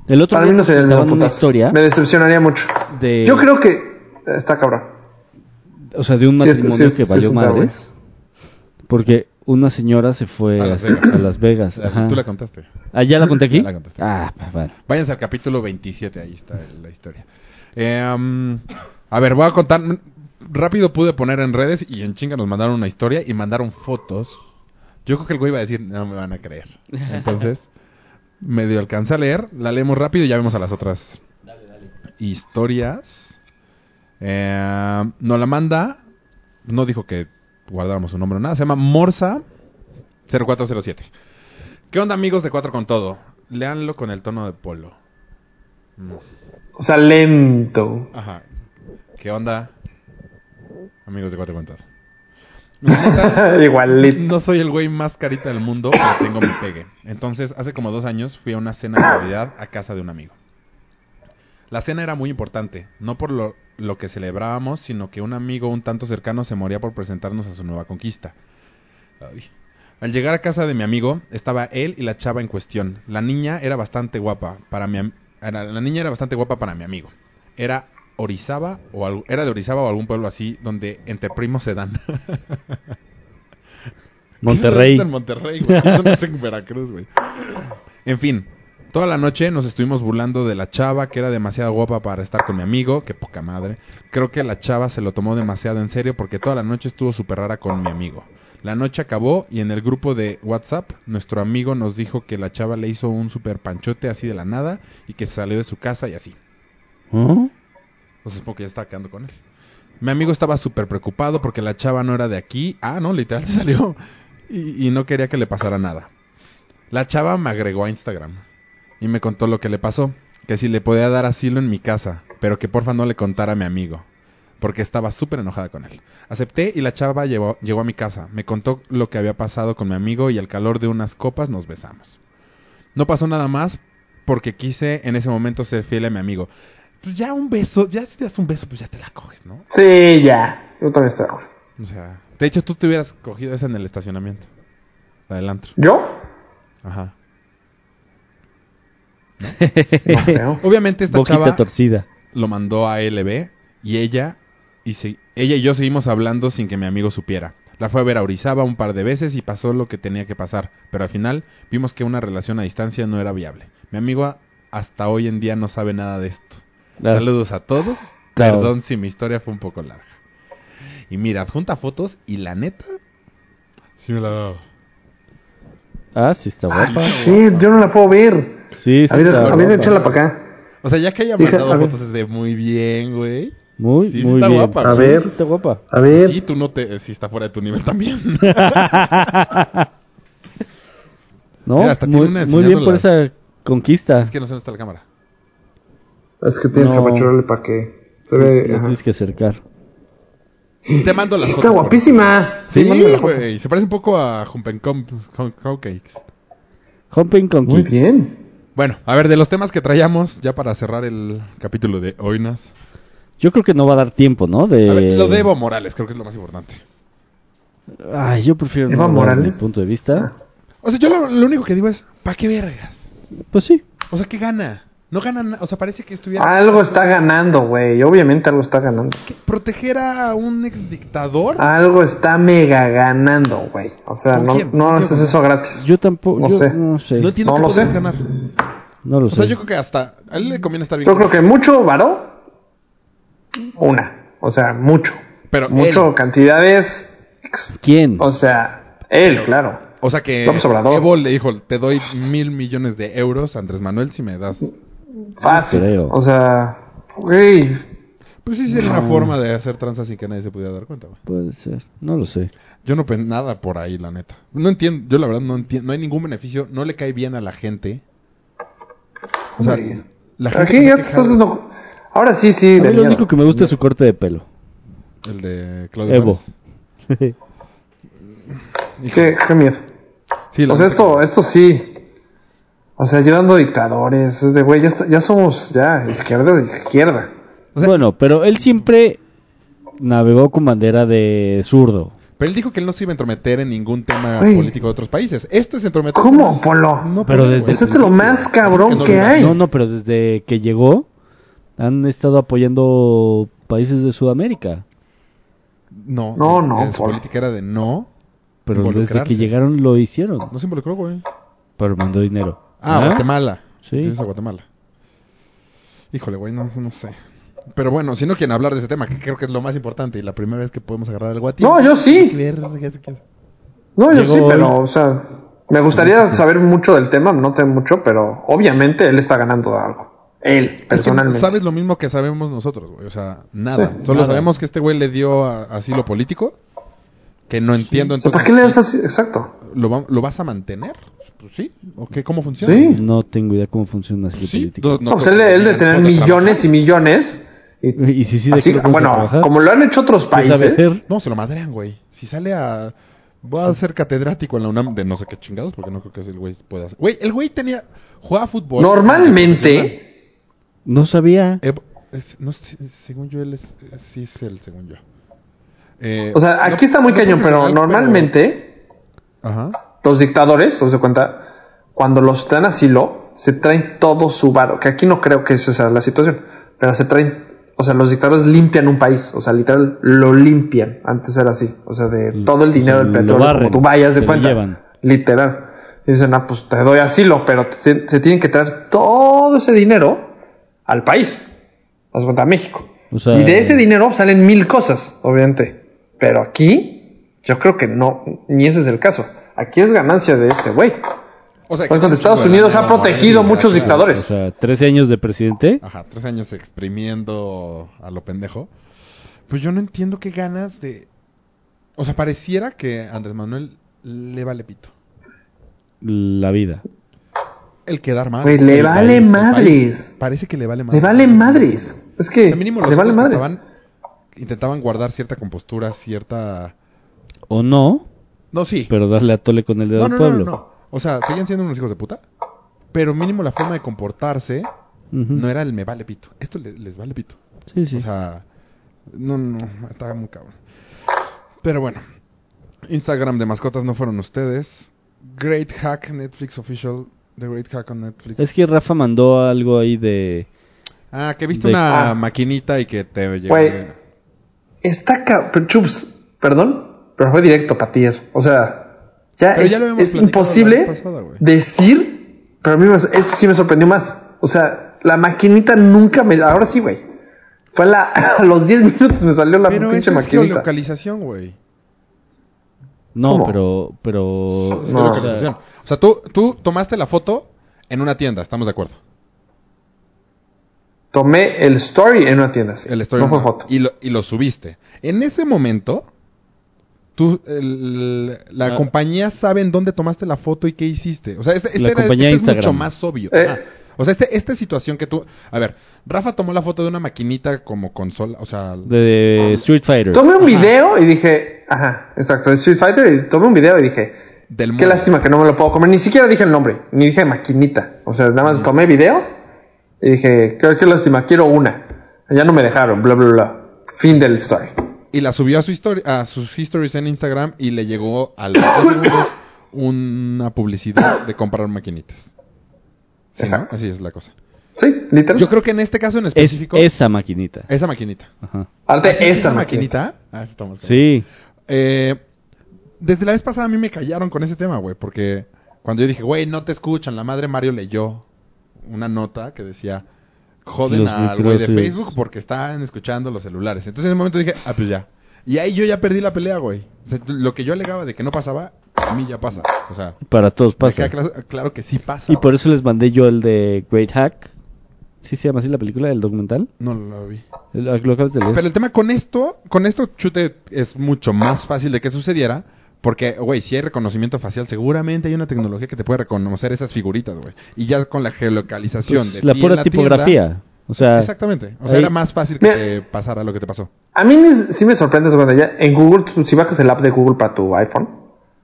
A: El otro
B: Para mí
A: día
B: no sería el mismo
A: contaban una
B: putazo.
A: historia Eh,
B: Me decepcionaría mucho.
A: de.
B: Yo creo que está cabrón.
A: O sea, de un
B: Sí, es-
A: matrimonio
B: sí, es-
A: que
B: sí,
A: valió
B: es un tabú.
A: madres. Porque una señora se fue Eh, a,
C: A Las Vegas.
A: a Las Vegas.
C: La-
A: ajá.
C: Tú la contaste.
A: Ah, ¿ya la conté aquí?
C: Ya la contaste.
A: Ah, pa- vale.
C: Váyanse al capítulo 27, ahí está la historia. Eh, um, a ver, Em, voy a contar. rápido pude poner en redes y en chinga nos mandaron una historia y mandaron fotos. Yo creo que el güey iba a decir, no me van a creer. Entonces, medio alcanza a leer, la leemos rápido y ya vemos a las otras historias. Eh, nos la manda, no dijo que guardáramos su nombre o nada, se llama Morsa 0407. ¿Qué onda amigos de Cuatro con Todo? Leanlo con el tono de polo. Mm.
B: O sea, lento.
C: Ajá. ¿Qué onda? Amigos de Cuatro Cuentas. La neta,
B: Igualito.
C: No soy el güey más carita del mundo, pero tengo mi pegue. Entonces, hace como dos años fui a una cena de Navidad a casa de un amigo. La cena era muy importante, no por lo, lo que celebrábamos, sino que un amigo un tanto cercano se moría por presentarnos a su nueva conquista. Ay. Al llegar a casa de mi amigo, estaba él y la chava en cuestión. La niña era bastante guapa para mi am- era- la niña era bastante guapa para mi amigo. Era Orizaba o al- era de Orizaba o algún pueblo así donde entre primos se dan.
A: Monterrey.
C: Eso es en Monterrey, güey. Eso no es en Veracruz, güey. En fin, toda la noche nos estuvimos burlando de la chava que era demasiado guapa para estar con mi amigo. Qué poca madre. Creo que la chava se lo tomó demasiado en serio porque toda la noche estuvo súper rara con mi amigo. La noche acabó y en el grupo de WhatsApp nuestro amigo nos dijo que la chava le hizo un super panchote así de la nada y que se salió de su casa y así.
A: ¿Oh?
C: O sea, Pues supongo que ya estaba quedando con él. Mi amigo estaba súper preocupado porque la chava no era de aquí. Ah, no, literal se salió. Y, y no quería que le pasara nada. La chava me agregó a Instagram. Y me contó lo que le pasó. Que si le podía dar asilo en mi casa. Pero que porfa no le contara a mi amigo. Porque estaba súper enojada con él. Acepté y la chava llegó, llegó a mi casa. Me contó lo que había pasado con mi amigo y al calor de unas copas nos besamos. No pasó nada más porque quise en ese momento ser fiel a mi amigo. Pues ya un beso, ya si te das un beso, pues ya te la coges, ¿no?
B: Sí, ya. Yo también estoy de acuerdo.
C: O sea, de hecho tú te hubieras cogido esa en el estacionamiento. La del antro.
B: ¿Yo?
C: Ajá.
B: No creo.
C: Obviamente esta
A: Boquita
C: chava
A: torcida.
C: lo mandó a LB y ella y se- ella y yo seguimos hablando sin que mi amigo supiera. La fue a ver a Orizaba un par de veces y pasó lo que tenía que pasar, pero al final vimos que una relación a distancia no era viable. Mi amigo a- hasta hoy en día no sabe nada de esto.
A: Ah,
C: Saludos a todos.
A: Claro.
C: Perdón si mi historia fue un poco larga. Y mira, adjunta fotos y la neta. Sí me la daba.
A: Ah, sí está guapa.
B: Shit, yo no la puedo ver.
A: Sí, sí
B: A ver,
A: está
B: a ver,
A: guapa.
B: échala para acá.
C: O sea, ya que haya
B: Hija,
C: mandado
B: a ver.
C: fotos es de muy bien, güey.
A: Muy,
C: Sí, sí
A: muy
C: está
A: bien.
C: guapa,
A: Sí,
B: güey.
A: sí está guapa.
B: A ver.
C: Sí, tú no te. Si está fuera de tu nivel también.
A: No,
C: Mira, hasta
A: muy,
C: tiene una
A: muy bien por esa
C: enseñándolas.
A: conquista.
C: es que no sé dónde está la cámara.
B: Es que tienes
A: No.
B: que apachurrarle para que se
A: Lo
B: ve. ajá.
A: tienes que acercar.
C: Te mando las
B: Sí,
C: fotos.
B: está
C: por-
B: guapísima.
C: Sí,
B: mándame la foto.
C: güey. Se parece un poco a Cupcakes.
A: Humping con
B: Muy
A: Kicks.
B: bien.
C: Bueno, a ver, de los temas que traíamos, ya para cerrar el capítulo de Oinas.
A: Yo creo que no va a dar tiempo, ¿no? De...
C: A ver, lo de Evo Morales, creo que es lo más importante.
A: Ay, yo prefiero
B: Eva
A: no dar mi
B: Morales. Ah.
A: punto de vista.
C: O sea, yo lo, lo único que digo es, ¿para qué vergas?
A: Pues sí.
C: O sea, ¿qué gana? No gana na- O sea, parece que estuviera...
B: Algo está ganando, güey. Obviamente algo está ganando.
C: que proteger a un ex dictador.
B: Algo está mega ganando, güey. O sea,
C: ¿Con
B: no,
C: quién?
B: no
C: ¿Con
B: haces
C: quién?
B: eso gratis.
A: Yo tampoco.
B: No
A: yo
B: sé.
A: No sé.
C: no
A: No,
C: entiendo
B: no
C: qué
B: lo
C: podrías
B: sé.
C: ganar.
A: lo
C: O
A: sé.
C: sea, yo creo que hasta a él le conviene estar bien.
B: Yo creo que mucho varó, una. O sea, mucho.
C: Pero
B: mucho
C: él.
B: cantidades. ex-
A: ¿Quién?
B: O sea, él, claro.
C: O sea que
B: López Obrador.
C: Evo le dijo, te doy mil millones de euros, Andrés Manuel, si me das.
B: Fácil.
A: creo.
B: O sea, güey.
C: Pues sí, sería una forma de hacer tranzas sin que nadie se pudiera dar cuenta. güey.
A: Puede ser. No lo sé.
C: Yo no pen nada por ahí, la neta. No entiendo, yo la verdad no entiendo, no hay ningún beneficio, no le cae bien a la gente. O sea,
B: Hombre.
C: la gente
B: Aquí
C: se
B: ya te
C: queja
B: estás dando. Ahora sí, sí,
A: A mí
B: de
A: lo
B: miedo.
A: único que me gusta es su corte de pelo.
C: el de Claudio
A: Evo.
C: Suárez.
B: Qué, qué miedo.
C: Sí, la
B: O sea,
C: neta
B: esto, esto sí. O sea, ayudando a dictadores. Es de, güey, ya, está- ya somos ya izquierda de izquierda.
C: O sea-
A: bueno, pero él siempre navegó con bandera de zurdo.
C: que- Pero él dijo que él no se iba a entrometer en ningún tema
B: Güey.
C: político de otros países. Este Esto es entrometer.
B: ¿Cómo, Polo?
C: No,
A: Pero
C: pero
A: desde-
B: Eso es lo más
C: Que
B: cabrón
C: no
B: que
C: lo-
B: hay.
A: No, no, pero desde que llegó han estado apoyando países de Sudamérica.
C: No,
B: No,
C: eh,
B: no,
C: Su
B: por-
C: política era de no.
A: Pero desde
C: Involucrarse.
A: que llegaron lo hicieron.
C: No se involucró, güey.
A: Pero mandó dinero. ¿Ah?
B: ¿Ah?
C: Ah, Guatemala.
A: Sí.
C: Sí. a Guatemala. Híjole, güey, no, no sé. Pero bueno, si no quieren hablar de ese tema, que creo que es lo más importante y la primera vez que podemos agarrar el guatín.
B: No, yo sí.
C: Verga, se queda.
B: No, yo
A: Llegó
B: sí,
A: hoy.
B: pero, o sea, me gustaría saber mucho del tema, no tengo mucho, pero obviamente él está ganando algo. Él,
C: Es que
B: personalmente.
C: sabes lo mismo que sabemos nosotros, güey. O sea, nada.
B: Sí,
C: Solo
A: nada.
C: sabemos que este güey le dio a- asilo político. Que no entiendo
B: O sea,
A: Pues,
B: ¿Para
C: entonces.
B: qué le das así? Exacto.
C: ¿Lo, va- lo vas a mantener? Pues sí. ¿O qué? ¿Cómo funciona?
B: Sí.
A: No tengo idea cómo funciona así
C: Sí.
A: político.
B: No, pues él, de- él de tener millones y millones. Y,
A: Y si sí, de
B: así,
A: qué lo pones a
B: bueno,
A: trabajar? Pues,
B: como lo han hecho otros
A: ¿Qué sabe
B: países.
A: hacer?
C: No, se lo madrean, güey. Si sale a. Voy a ser catedrático en la UNAM de no sé qué chingados, porque no creo que el güey pueda hacer. Güey, el güey tenía. Jugaba fútbol.
B: Normalmente.
A: No sabía.
C: Eh, es- no sé, según yo, él es, es- sí es él, según yo. Eh,
B: O sea,
C: no-
B: aquí está muy
C: no
B: cañón, pero
C: profesional,
B: normalmente
C: Ajá.
B: los dictadores, o se cuenta, cuando los dan asilo, se traen todo su varo, que aquí no creo que esa sea la situación, pero se traen, o sea, los dictadores limpian un país, o sea, literal, lo limpian, antes era así, o sea, de todo el dinero del
A: lo
B: petróleo,
A: barren,
B: como tú vayas
A: se
B: de
A: lo
B: cuenta,
A: llevan.
B: literal. Y dicen, ah, pues te doy asilo, pero te, te tienen que traer todo ese dinero al país, o sea, cuenta, a México.
A: O sea-
B: y de ese dinero salen mil cosas, obviamente. Pero aquí, yo creo que no, ni ese es el caso. Aquí es ganancia de este güey.
C: O sea,
B: Pues
C: que-
B: cuando Estados Unidos ha protegido muchos dictadores.
A: O sea, 13 años de presidente.
C: Ajá, tres años exprimiendo a lo pendejo. Pues yo no entiendo qué ganas de. O sea, pareciera que Andrés Manuel le vale pito.
A: La vida.
C: El quedar mal.
B: Güey, le
C: Ah, El
B: vale
C: país, el
B: madres.
C: país. Parece que le vale
B: Le
C: madres.
B: vale madres. Es
C: O
B: que
C: sea, mínimo los
B: le vale
C: otros
B: madres.
C: Estaban, intentaban guardar cierta compostura, cierta.
A: O no,
C: No, sí.
A: pero darle a tole con el dedo
C: no,
A: al
C: no, no,
A: pueblo.
C: no, no. O sea, siguen siendo unos hijos de puta. Pero mínimo la forma de comportarse
A: Ujú.
C: no era el me vale pito. Esto le- les vale pito.
A: Sí, sí.
C: O sea, no, no, no, estaba muy cabrón. Pero bueno, Instagram de mascotas no fueron ustedes. Great Hack Netflix Official. The Great Hack on Netflix.
A: es que Rafa mandó algo ahí de.
C: Ah, que viste
A: de-
C: una
B: Ah.
C: maquinita y que te llegó.
B: Güey. Está ca- pero, Chups, perdón, pero fue directo para ti eso. O sea, ya
C: Pero
B: es,
C: ya lo habíamos
B: es
C: platicado la
B: imposible
C: vez pasada, güey.
B: decir, pero a mí me- eso sí me sorprendió más. O sea, la maquinita nunca me... Ahora sí, güey. Fue la, a los 10 minutos me salió la
C: Pero
B: pinche
C: eso es
B: maquinita.
C: geolocalización, güey.
A: No,
B: ¿Cómo?
A: pero. pero
C: Es
B: No.
A: o sea,
C: geolocalización. O sea, tú, tú tomaste la foto en una tienda, estamos de acuerdo.
B: Tomé el story en una tienda. sí.
C: El story
B: no fue
C: mode.
B: foto.
C: Y lo, y lo subiste. En ese momento, tú, el- la
A: Ah.
C: compañía sabe en dónde tomaste la foto y qué hiciste. O sea, este, este
A: La
C: era-
A: compañía
C: este es
A: Instagram.
C: mucho más obvio.
B: Eh.
C: Ajá. O sea, este, esta situación que tú... A ver, Rafa tomó la foto de una maquinita como consola, o sea...
A: de, Street Fighter.
B: Tomé un video y dije, ajá, exacto, de Street Fighter y tomé un video y dije,
C: Del
B: qué
C: mundo.
B: lástima que no me lo puedo comer, ni siquiera dije el nombre, ni dije maquinita, o sea, nada más tomé video y dije, qué, qué lástima, quiero una, ya no me dejaron, bla, bla, bla, fin del story.
C: Y la subió a, su histori- a sus histories en Instagram y le llegó a los dos segundos una publicidad de comprar maquinitas. Sí, ¿no?
B: Exacto.
C: Así es la cosa.
B: Sí, literal.
C: Yo creo que en este caso en
A: es
C: específico... Eh.
A: esa maquinita.
C: Esa maquinita.
A: Ajá.
B: Aparte,
C: Así,
B: Ah, esa maquinita.
C: maquinita. Ah, eso está más cabrón.
A: Sí.
C: Eh, desde la vez pasada a mí me callaron con ese tema, güey, porque cuando yo dije, güey, no te escuchan, la madre Mario leyó una nota que decía, joden
A: Los
C: al güey de
A: micrófonos.
C: Facebook porque están escuchando los celulares. Entonces en ese momento dije, ah, pues ya. Y ahí yo ya perdí la pelea, güey. O sea, lo que yo alegaba de que no pasaba, a mí ya pasa. O sea, me
A: Para todos pasa.
C: queda cla- claro, que sí pasa.
A: Y por eso les mandé yo el de Great Hack. ¿Sí se llama así la película, el documental?
C: No lo vi.
A: El- Lo acabas de leer.
C: Ah, Pero el tema con esto, con esto, chute, es mucho más fácil de que sucediera. Porque, güey, si hay reconocimiento facial, seguramente hay una tecnología que te puede reconocer esas figuritas, güey. Y ya con la geolocalización
A: Pues,
C: de
A: la
C: ti en
A: pura
C: tienda-
A: tipografía. o sea,
C: exactamente. O sea,
A: ahí-
C: era más fácil que
B: Mira.
C: te pasara lo que te pasó.
B: A mí me- sí me sorprende eso cuando ya en Google, tú- si bajas el app de Google para tu iPhone,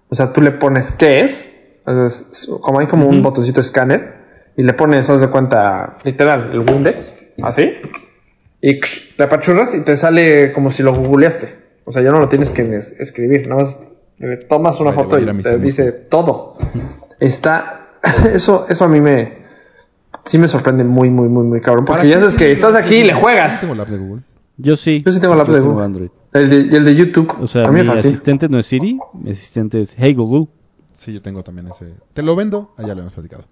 B: o sea, tú le pones qué es, entonces, como hay como un botoncito escáner, y le pones, haz de cuenta, literal, el Wunde, así, y ¡ksh! le apachurras y te sale como si lo googleaste. O sea, ya no lo tienes que es- escribir, nada más le tomas una
C: Vale,
B: foto
C: voy a ir a
B: y
C: mis
B: te
C: temas.
B: dice todo. Está, eso, eso a mí me, sí me sorprende muy, muy, muy, muy cabrón, porque ya sabes que estás aquí y le juegas.
C: Tengo la app de Google.
A: yo sí.
B: Yo sí tengo la app
A: Yo
B: de Google.
A: Android.
B: El de, y el de YouTube.
A: O sea,
B: a
A: mi
B: mí me fascina.
A: asistente no es Siri, mi asistente es Hey Google.
C: Sí, yo tengo también ese. Te lo vendo, allá lo hemos platicado.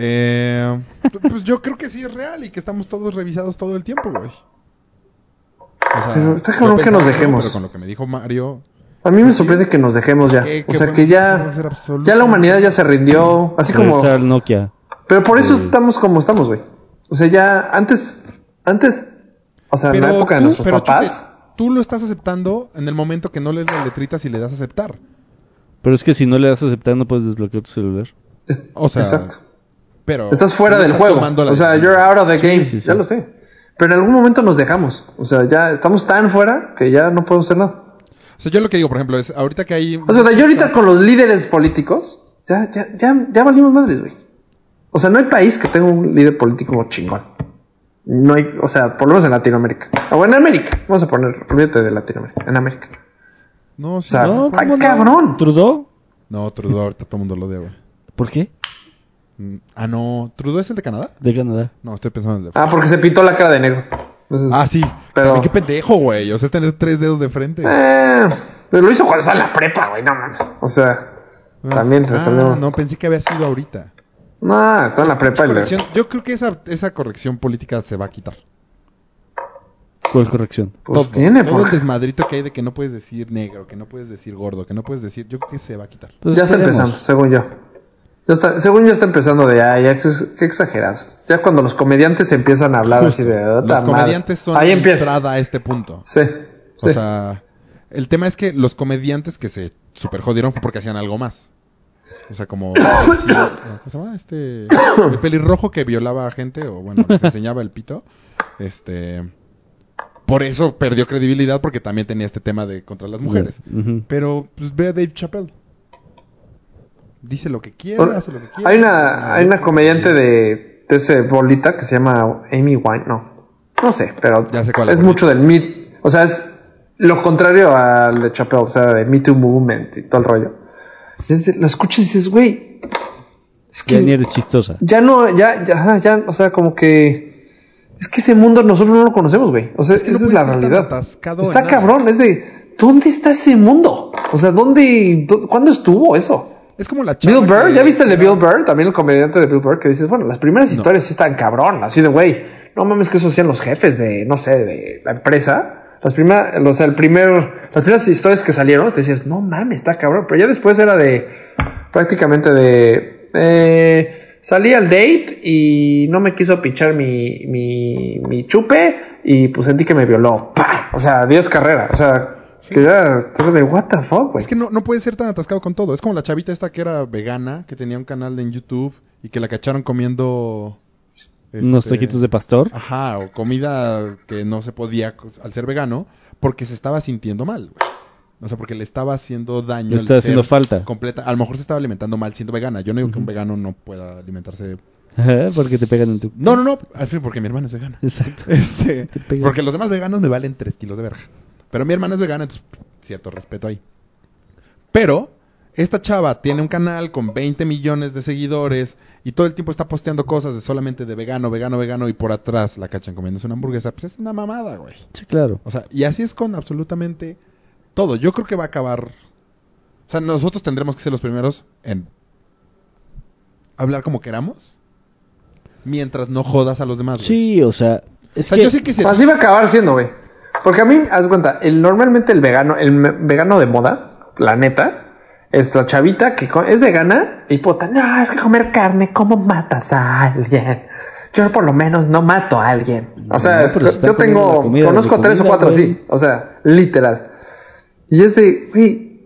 C: Eh, pues yo creo que sí es real y que estamos todos revisados todo el tiempo, güey. O sea,
B: Pero está
C: yo
B: cabrón que
C: pensaba
B: nos
C: eso,
B: dejemos.
C: Pero con lo que me dijo Mario,
B: A mí me sorprende que nos dejemos ya.
C: Qué-
B: O
C: qué
B: sea,
C: bueno
B: que
C: que
B: ya,
C: podemos ser absolutos.
B: ya la humanidad ya se rindió. Así como...
A: Regresar al Nokia.
B: Pero por eso estamos como estamos, güey. O sea, ya antes, antes, o sea, en la época de
C: tú-
B: nuestros
C: pero,
B: papás,
C: Chupe, tú lo estás aceptando en el momento que no lees las letritas y le das a aceptar.
A: Pero es que si no le das a aceptar, no puedes desbloquear tu celular.
B: es-
C: O sea,
B: exacto.
C: Pero
B: Estás fuera
C: tú
B: del juego.
C: tomando la
B: O sea,
C: decisión.
B: you're out of the game.
A: sí, sí.
B: Ya lo sé. Pero en algún momento nos dejamos. O sea, ya estamos tan fuera que ya no podemos hacer nada.
C: O sea, yo lo que digo, por ejemplo, es ahorita que hay
B: O sea, yo ahorita con los líderes políticos, ya, ya, ya, ya valimos madres, güey. O sea, no hay país que tenga un líder político chingón. No hay, o sea, por lo menos en Latinoamérica. O en América. Vamos a poner, olvídate de Latinoamérica, en América.
C: No, sí,
B: O sea,
C: no.
A: ¿cómo
B: ay,
A: no?
B: Ah, cabrón.
A: ¿Trudeau?
C: No, Trudeau ahorita todo el mundo lo odia, güey.
A: ¿Por qué?
C: Mm, Ah, no, ¿Trudeau es el de Canadá?
A: De Canadá.
C: No, estoy pensando en el de...
B: Ah, porque se pintó la cara de negro. Entonces,
C: Ah, sí.
B: Pero,
C: Ay, Qué pendejo, güey. O sea, es tener tres dedos de frente.
B: eh, pero lo hizo cuando estaba en la prepa, güey, no mames. O sea,
C: Ah,
B: también
C: ah,
B: resolvió.
C: no, pensé que había sido ahorita.
B: No, está en la prepa y le-
C: Corrección- Yo creo que esa, esa corrección política se va a quitar.
A: ¿Cuál corrección?
B: Pues
C: todo,
B: tiene,
C: todo el
B: porque
C: desmadrito que hay de que no puedes decir negro, que no puedes decir gordo, que no puedes decir, yo creo que se va a quitar.
A: Pues
B: ya está
A: esperemos.
B: empezando, según yo. Ya está, según yo está empezando de, ay, ya ex- qué exageradas. Ya cuando los comediantes empiezan a hablar así de,
C: Justo.
B: "Ota
C: Los
B: madre".
C: comediantes son
B: Ahí
C: la
B: empieza.
C: entrada a este punto.
B: Sí, sí.
C: O sea, el tema es que los comediantes que se super jodieron fue porque hacían algo más. O sea, como sí, ¿cómo se llama? Este el pelirrojo que violaba a gente o bueno, les enseñaba el pito, este por eso perdió credibilidad porque también tenía este tema de contra las mujeres.
A: Ujú.
C: Pero pues ve a Dave Chappelle. Dice lo que quiere,
B: Bueno,
C: hace lo que quiere.
B: hay una, hay una comediante de, de ese bolita que se llama Amy Wine, no, no sé, pero
C: Ya sé cuál
B: es
C: bolita.
B: mucho del Me, o sea, es lo contrario al de Chappelle, o sea, de Me Too Movement y todo el rollo. Y es de- lo escuchas y dices, güey, es
A: Ya ni
B: que
A: eres chistosa.
B: ya no, ya, ya, ajá, ya, o sea, como que es que ese mundo nosotros no lo conocemos, güey, o sea,
C: que no
B: esa es
C: puedes
B: la
C: ser tan
B: realidad.
C: atascado en
B: Está
C: nada.
B: cabrón, es de, ¿dónde está ese mundo? O sea, ¿dónde, dó- cuándo estuvo eso?
C: Es como la chava
B: Bill Burr,
C: que-
B: ¿ya viste el de Bill Burr? También el comediante de Bill Burr que dices, bueno, las primeras historias sí están cabrón, así de güey, no mames que eso hacían los jefes de, no sé, de la empresa. Las primeras, o sea, el primer, las primeras historias que salieron, te decías, no mames, está cabrón, pero ya después era de, prácticamente de, eh, salí al date y no me quiso pichar mi, mi, mi chupe y pues sentí que me violó. ¡Pah! O sea, 10 carreras, o sea, que era, era de, what the fuck, güey.
C: Es que no, no puede ser tan atascado con todo. Es como la chavita esta que era vegana, que tenía un canal en YouTube y que la cacharon comiendo. este,
A: Unos taquitos de pastor.
C: Ajá, o comida que no se podía co- al ser vegano porque se estaba sintiendo mal, güey. O sea, porque le estaba haciendo daño.
A: Le
C: el
A: estaba haciendo
C: ser
A: falta.
C: Completa. A lo mejor se estaba alimentando mal siendo vegana. Yo no digo que un vegano no pueda alimentarse.
A: Ajá, Porque te pegan en tu...
C: No, no, no. al fin, Porque mi hermana es vegana.
A: Exacto.
C: Este,
A: Te pega.
C: porque los demás veganos me valen 3 kilos de verga. Pero mi hermana es vegana, entonces cierto respeto ahí. Pero esta chava tiene un canal con 20 millones de seguidores y todo el tiempo está posteando cosas de solamente de vegano, vegano, vegano y por atrás la cachan comiéndose una hamburguesa. Pues es una mamada, güey.
A: Sí, claro.
C: O sea, y así es con absolutamente todo. Yo creo que va a acabar. O sea, nosotros tendremos que ser los primeros en hablar como queramos mientras no jodas a los demás. güey.
A: Sí, o sea... Es
C: O sea,
A: que...
C: yo sé que se
B: Así va a acabar siendo, güey. Porque a mí, haz cuenta, el, normalmente el vegano, el me- vegano de moda, la neta, es la chavita que co- es vegana y puta, no, es que comer carne, ¿cómo matas a alguien? Yo por lo menos no mato a alguien. O sea,
A: No, pero se
B: yo-
A: están
B: yo tengo,
A: comiendo la comida de
B: conozco
A: mi
B: tres o
A: comida,
B: cuatro
A: güey.
B: así, o sea, literal. Y es de, güey,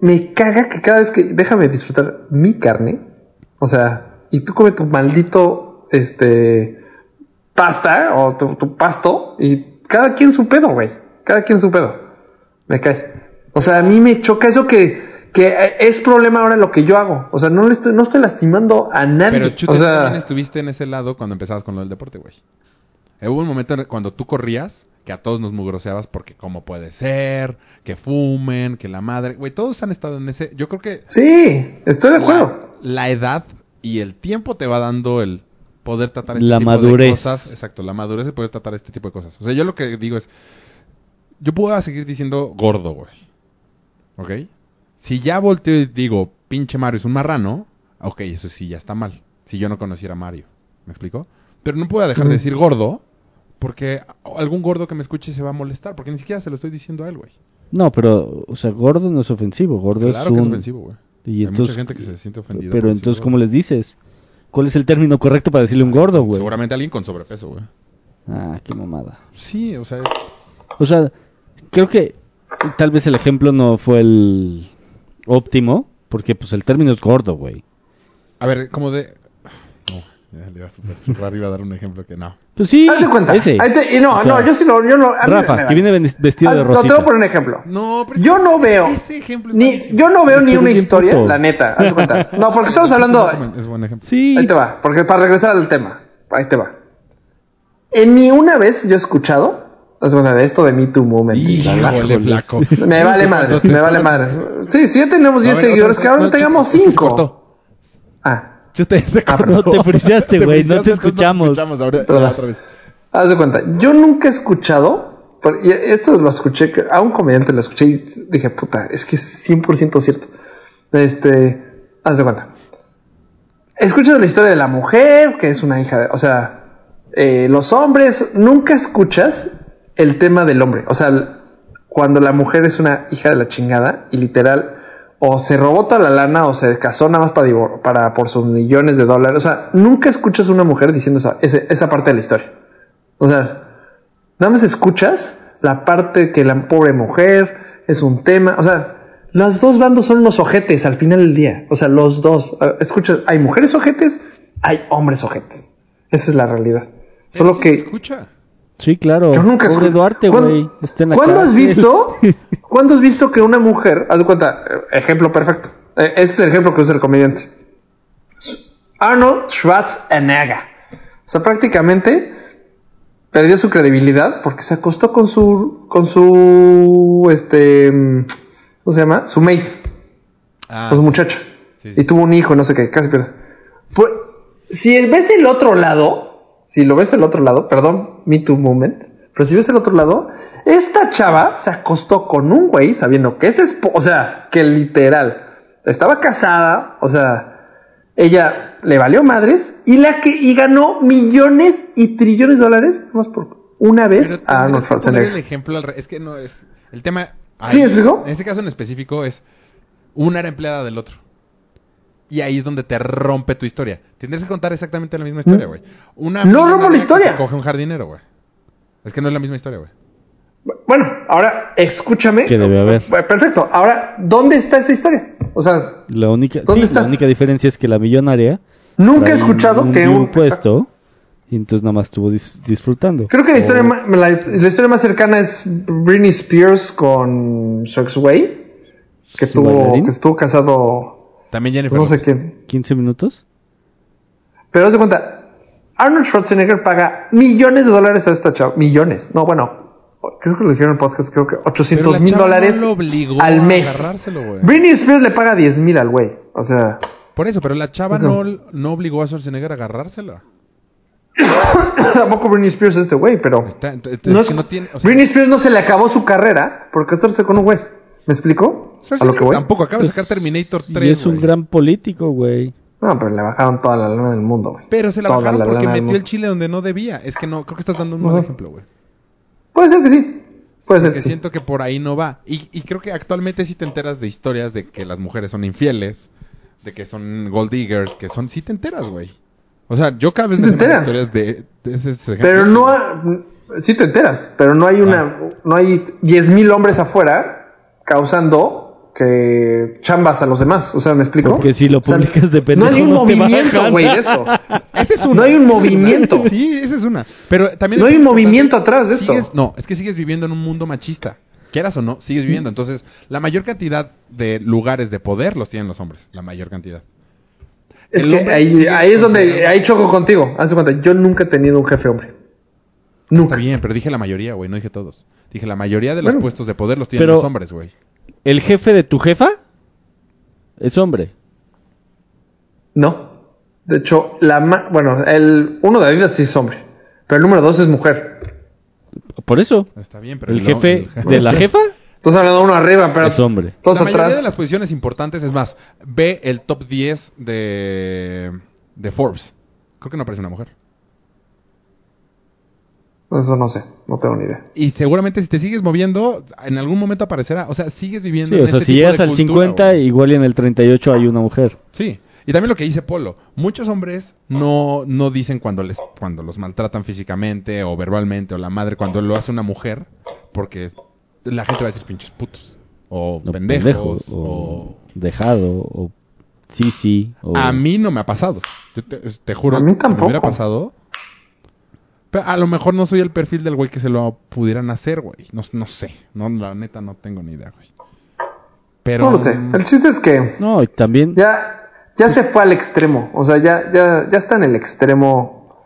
B: me caga que cada vez que déjame disfrutar mi carne, o sea, y tú come tu maldito, este, pasta ¿eh? o tu, tu pasto y cada quien su pedo, güey. Cada quien su pedo. Me cae. O sea, a mí me choca eso que, que eh, es problema ahora lo que yo hago. O sea, no le estoy, no estoy lastimando a nadie.
C: Pero Chute,
B: o
C: tú también
B: sea,
C: estuviste en ese lado cuando empezabas con lo del deporte, güey. Eh, Hubo un momento en el- cuando tú corrías que a todos nos mugroseabas porque cómo puede ser, que fumen, que la madre... Güey, todos han estado en ese... Yo creo que
B: sí, estoy de
C: la,
B: acuerdo.
C: la edad y el tiempo te va dando el poder tratar este
A: La
C: tipo de
A: madurez.
C: cosas. Exacto, la madurez de poder tratar este tipo de cosas. O sea, yo lo que digo es... Yo puedo seguir diciendo gordo, güey. ¿Ok? Si ya volteo y digo, pinche Mario es un marrano, ok, eso sí, ya está mal. Si yo no conociera a Mario, ¿me explico? Pero no puedo dejar de decir gordo Porque algún gordo que me escuche se va a molestar. Porque ni siquiera se lo estoy diciendo a él, güey.
A: No, pero, o sea, gordo no es ofensivo. Gordo
C: claro
A: es un...
C: que es ofensivo, güey.
A: Y
C: Hay
A: entonces-
C: mucha gente que se siente ofendida. por
A: Pero
C: decir
A: entonces,
C: gordo.
A: ¿cómo les dices? ¿Cuál es el término correcto para decirle un gordo, güey?
C: Seguramente alguien con sobrepeso, güey.
A: Ah, qué mamada.
C: Sí, o sea, es...
A: O sea, creo que tal vez el ejemplo no fue el óptimo, porque pues el término es gordo, güey.
C: A ver, como de... No, ya le iba a super- zurrar, iba a dar un ejemplo que no.
A: Pues sí,
B: Haz de cuenta.
A: ese.
B: Ahí te- y no,
A: O sea,
B: no, yo sí lo. Yo lo a mí me
A: Rafa,
B: da.
A: que viene ven- vestido
B: Ah,
A: de
B: No, te voy
A: rosita.
B: a poner un ejemplo.
C: No, pero es
B: Yo
C: que
B: no
C: ese-
B: veo.
C: ese ejemplo es
B: ni,
C: malísimo.
B: yo no veo ni
A: Pero
B: una
A: bien
B: historia,
A: puto.
B: la neta. haz de cuenta. No, porque estamos hablando.
C: Es buen ejemplo.
A: Sí.
B: Ahí te va, porque para regresar al tema, ahí te va. En ni una vez yo he escuchado, o sea, bueno, de esto de Me Too Moment. y bla, bla.
C: Híjole, flaco.
B: Me vale madres,
C: Entonces,
B: me vale
C: ¿cómo-
B: madres. Sí, si ya tenemos
C: A
B: 10
C: ver,
B: seguidores,
C: otra-
B: que ahora
C: no,
B: tengamos
C: chute, se
B: 5.
C: cortó.
B: Ah,
C: Chute, se
B: Ah,
C: cortó.
A: no, te friseaste, güey, no te
C: friseaste,
A: escuchamos.
C: escuchamos, ahora-
B: Perdón.
C: otra vez.
B: haz de cuenta, yo nunca he escuchado, pero- y esto lo escuché, que- a un comediante lo escuché y dije, puta, es que es 100% cierto. Este, haz de cuenta. He escuchado la historia de la mujer, que es una hija de. O sea, eh, los hombres, nunca escuchas el tema del hombre. O sea, l- cuando la mujer es una hija de la chingada y literal, o se robó toda la lana o se casó nada más para, divor- para por sus millones de dólares. O sea, nunca escuchas a una mujer diciendo esa, ese- esa parte de la historia. O sea, nada más escuchas la parte que la pobre mujer es un tema. O sea, los dos bandos son unos ojetes al final del día. O sea, los dos. Eh, Escuchas, hay mujeres ojetes, hay hombres ojetes. Esa es la realidad. Solo
C: Sí,
B: que
C: se escucha.
A: Sí, claro.
B: yo nunca
A: Pobre
B: escu-
A: Duarte,
B: ¿Cuán-
A: güey. Está en la
B: ¿Cuándo has
A: cárcel.
B: visto? ¿Cuándo has visto que una mujer, haz de cuenta, eh, ejemplo perfecto. eh, Ese es el ejemplo que usa el comediante. Arnold Schwarzenegger. O sea, prácticamente perdió su credibilidad porque se acostó con su con su este mm, ¿cómo se llama? su mate
C: Ah,
B: pues muchacha.
C: Sí, sí.
B: Y tuvo un hijo, no sé qué, casi pierde. Pues, si ves el otro lado, si lo ves el otro lado, perdón, me too moment, pero si ves el otro lado, esta chava se acostó con un güey sabiendo que es esp- o sea, que literal estaba casada, o sea, ella le valió madres y la que y ganó millones y trillones de dólares nomás por una vez
C: Pero
B: a Arnold
C: tendrías que poner el
B: Schwarzenegger.
C: ejemplo al re- es que no es el tema
B: ¿Sí me explico?
C: en este caso en específico es una era empleada del otro y ahí es donde te rompe tu historia tendrías que contar exactamente la misma historia güey una
B: ¿Mm? No
C: una
B: rompo la
C: que
B: historia.
C: se coge un jardinero güey es que no es la misma historia güey
B: Bueno, ahora escúchame.
A: Que debe haber.
B: Perfecto. Ahora, ¿dónde está esa historia? O sea,
A: La única,
B: ¿Dónde
A: sí,
B: está?
A: la única diferencia es que la millonaria.
B: Nunca he
A: traía un-
B: escuchado
A: un
B: que
A: bien
B: un
A: puesto y entonces nada más estuvo dis- disfrutando.
B: Creo que la historia, ma- la, la historia más cercana es Britney Spears con Sex Way, que,
A: ¿Su
B: tuvo,
A: bailarín?
B: que estuvo casado
C: también Jennifer
B: no sé
C: López.
B: quién.
A: 15 minutos.
B: Pero haz de cuenta, Arnold Schwarzenegger paga millones de dólares a esta chava. Millones. No, bueno, creo que lo dijeron en el podcast, creo que 800
C: Pero la
B: mil
C: chava no
B: dólares
C: lo obligó
B: al
C: a
B: mes.
C: agarrárselo, güey.
B: Britney Spears le paga 10 mil al güey. O sea,
C: por eso pero la chava no, no obligó a Schwarzenegger a agarrársela
B: tampoco Britney Spears es este güey, pero...
C: Está- ent- ent-
B: No
C: es
B: es-
C: que no tiene o sea,
B: Britney Spears no se le acabó su carrera por casarse con un güey. ¿Me explico? A lo
C: Schwarzenegger
B: que voy.
C: tampoco acaba de
A: Pues,
C: sacar Terminator 3
A: y es un
C: güey.
A: gran político, güey.
B: No, pero le bajaron toda la lana del mundo, güey.
C: pero se la
B: Toda
C: bajaron porque
B: lana del
C: metió el
B: mundo.
C: chile donde no debía es que no creo que estás dando un mal
B: Ajá.
C: ejemplo güey
B: Puede ser que sí. Puede ser
C: que
B: que sí.
C: siento que por ahí no va. Y, y creo que actualmente sí te enteras de historias de que las mujeres son infieles, de que son gold diggers, que son... Sí te enteras, güey. O sea, yo cada vez
B: Sí
C: me
B: te
C: sé más
B: enteras.
C: historias de, de ese- ese
B: Pero
C: ejemplo.
B: no... ha- Sí te enteras, pero no hay una...
C: Ah.
B: No hay 10.000 hombres afuera causando que chambas a los demás. O sea, ¿me explico?
A: Porque si lo
B: O sea,
A: publicas de
B: No
A: pendejo,
B: hay un
A: no te
B: movimiento,
A: bajan.
B: güey, de esto.
C: Ese es
B: No hay un
C: esa es una.
B: movimiento.
C: Sí, esa es una. Pero también...
B: No hay
C: es
B: un
C: importante,
B: movimiento atrás de esto.
C: sigues- no, es que sigues viviendo en un mundo machista. Quieras o no, sigues
B: Mm.
C: viviendo. Entonces, la mayor cantidad de lugares de poder los tienen los hombres. La mayor cantidad.
B: Es
C: El
B: que
C: hombre
B: ahí,
C: sigue
B: ahí es donde...
C: considerando-
B: Ahí choco contigo. Haz de cuenta, yo nunca he tenido un jefe hombre. Nunca.
C: Está bien, pero dije la mayoría, güey, no dije todos. Dije la mayoría de los
B: Bueno.
C: puestos de poder los tienen
A: Pero-
C: los hombres, güey.
A: ¿El jefe de tu jefa? Es hombre.
B: No. De hecho, la ma- bueno, el uno de Adidas sí es hombre, pero el número dos es mujer.
A: Por eso.
C: Está bien, pero
A: ¿El
C: no-
A: jefe
C: el-
A: de la jefa?
B: Estás hablando de uno arriba, pero
A: Es hombre.
B: todos
C: la mayoría
B: atrás.
C: de las posiciones importantes, es más, ve el top 10 de, de Forbes. Creo que no aparece una mujer.
B: Eso no sé, no tengo ni idea.
C: Y seguramente si te sigues moviendo, en algún momento aparecerá. O sea, sigues viviendo
A: Sí,
C: en
A: o sea,
C: este
A: si
C: tipo
A: llegas
C: de
A: al
C: cultura,
A: 50,
C: güey.
A: igual y en el 38 hay una mujer.
C: Sí. Y también lo que dice Polo, muchos hombres no, no dicen cuando les cuando los maltratan físicamente o verbalmente o la madre cuando lo hace una mujer, porque la gente va a decir pinches putos o
A: O
C: pendejos, o...
A: o dejado, o sí, sí. o-
C: A mí no me ha pasado. Yo te, te juro,
B: A mí
C: si me hubiera
B: tampoco.
C: pasado. Pero a lo mejor no soy el perfil del güey que se lo pudieran hacer, güey. No, no sé. No, la neta no tengo ni idea, güey. Pero mm,
B: No lo sé. El chiste es que
A: No, y también...
B: ya, ya se fue al extremo. O sea, ya, ya, ya está en el extremo.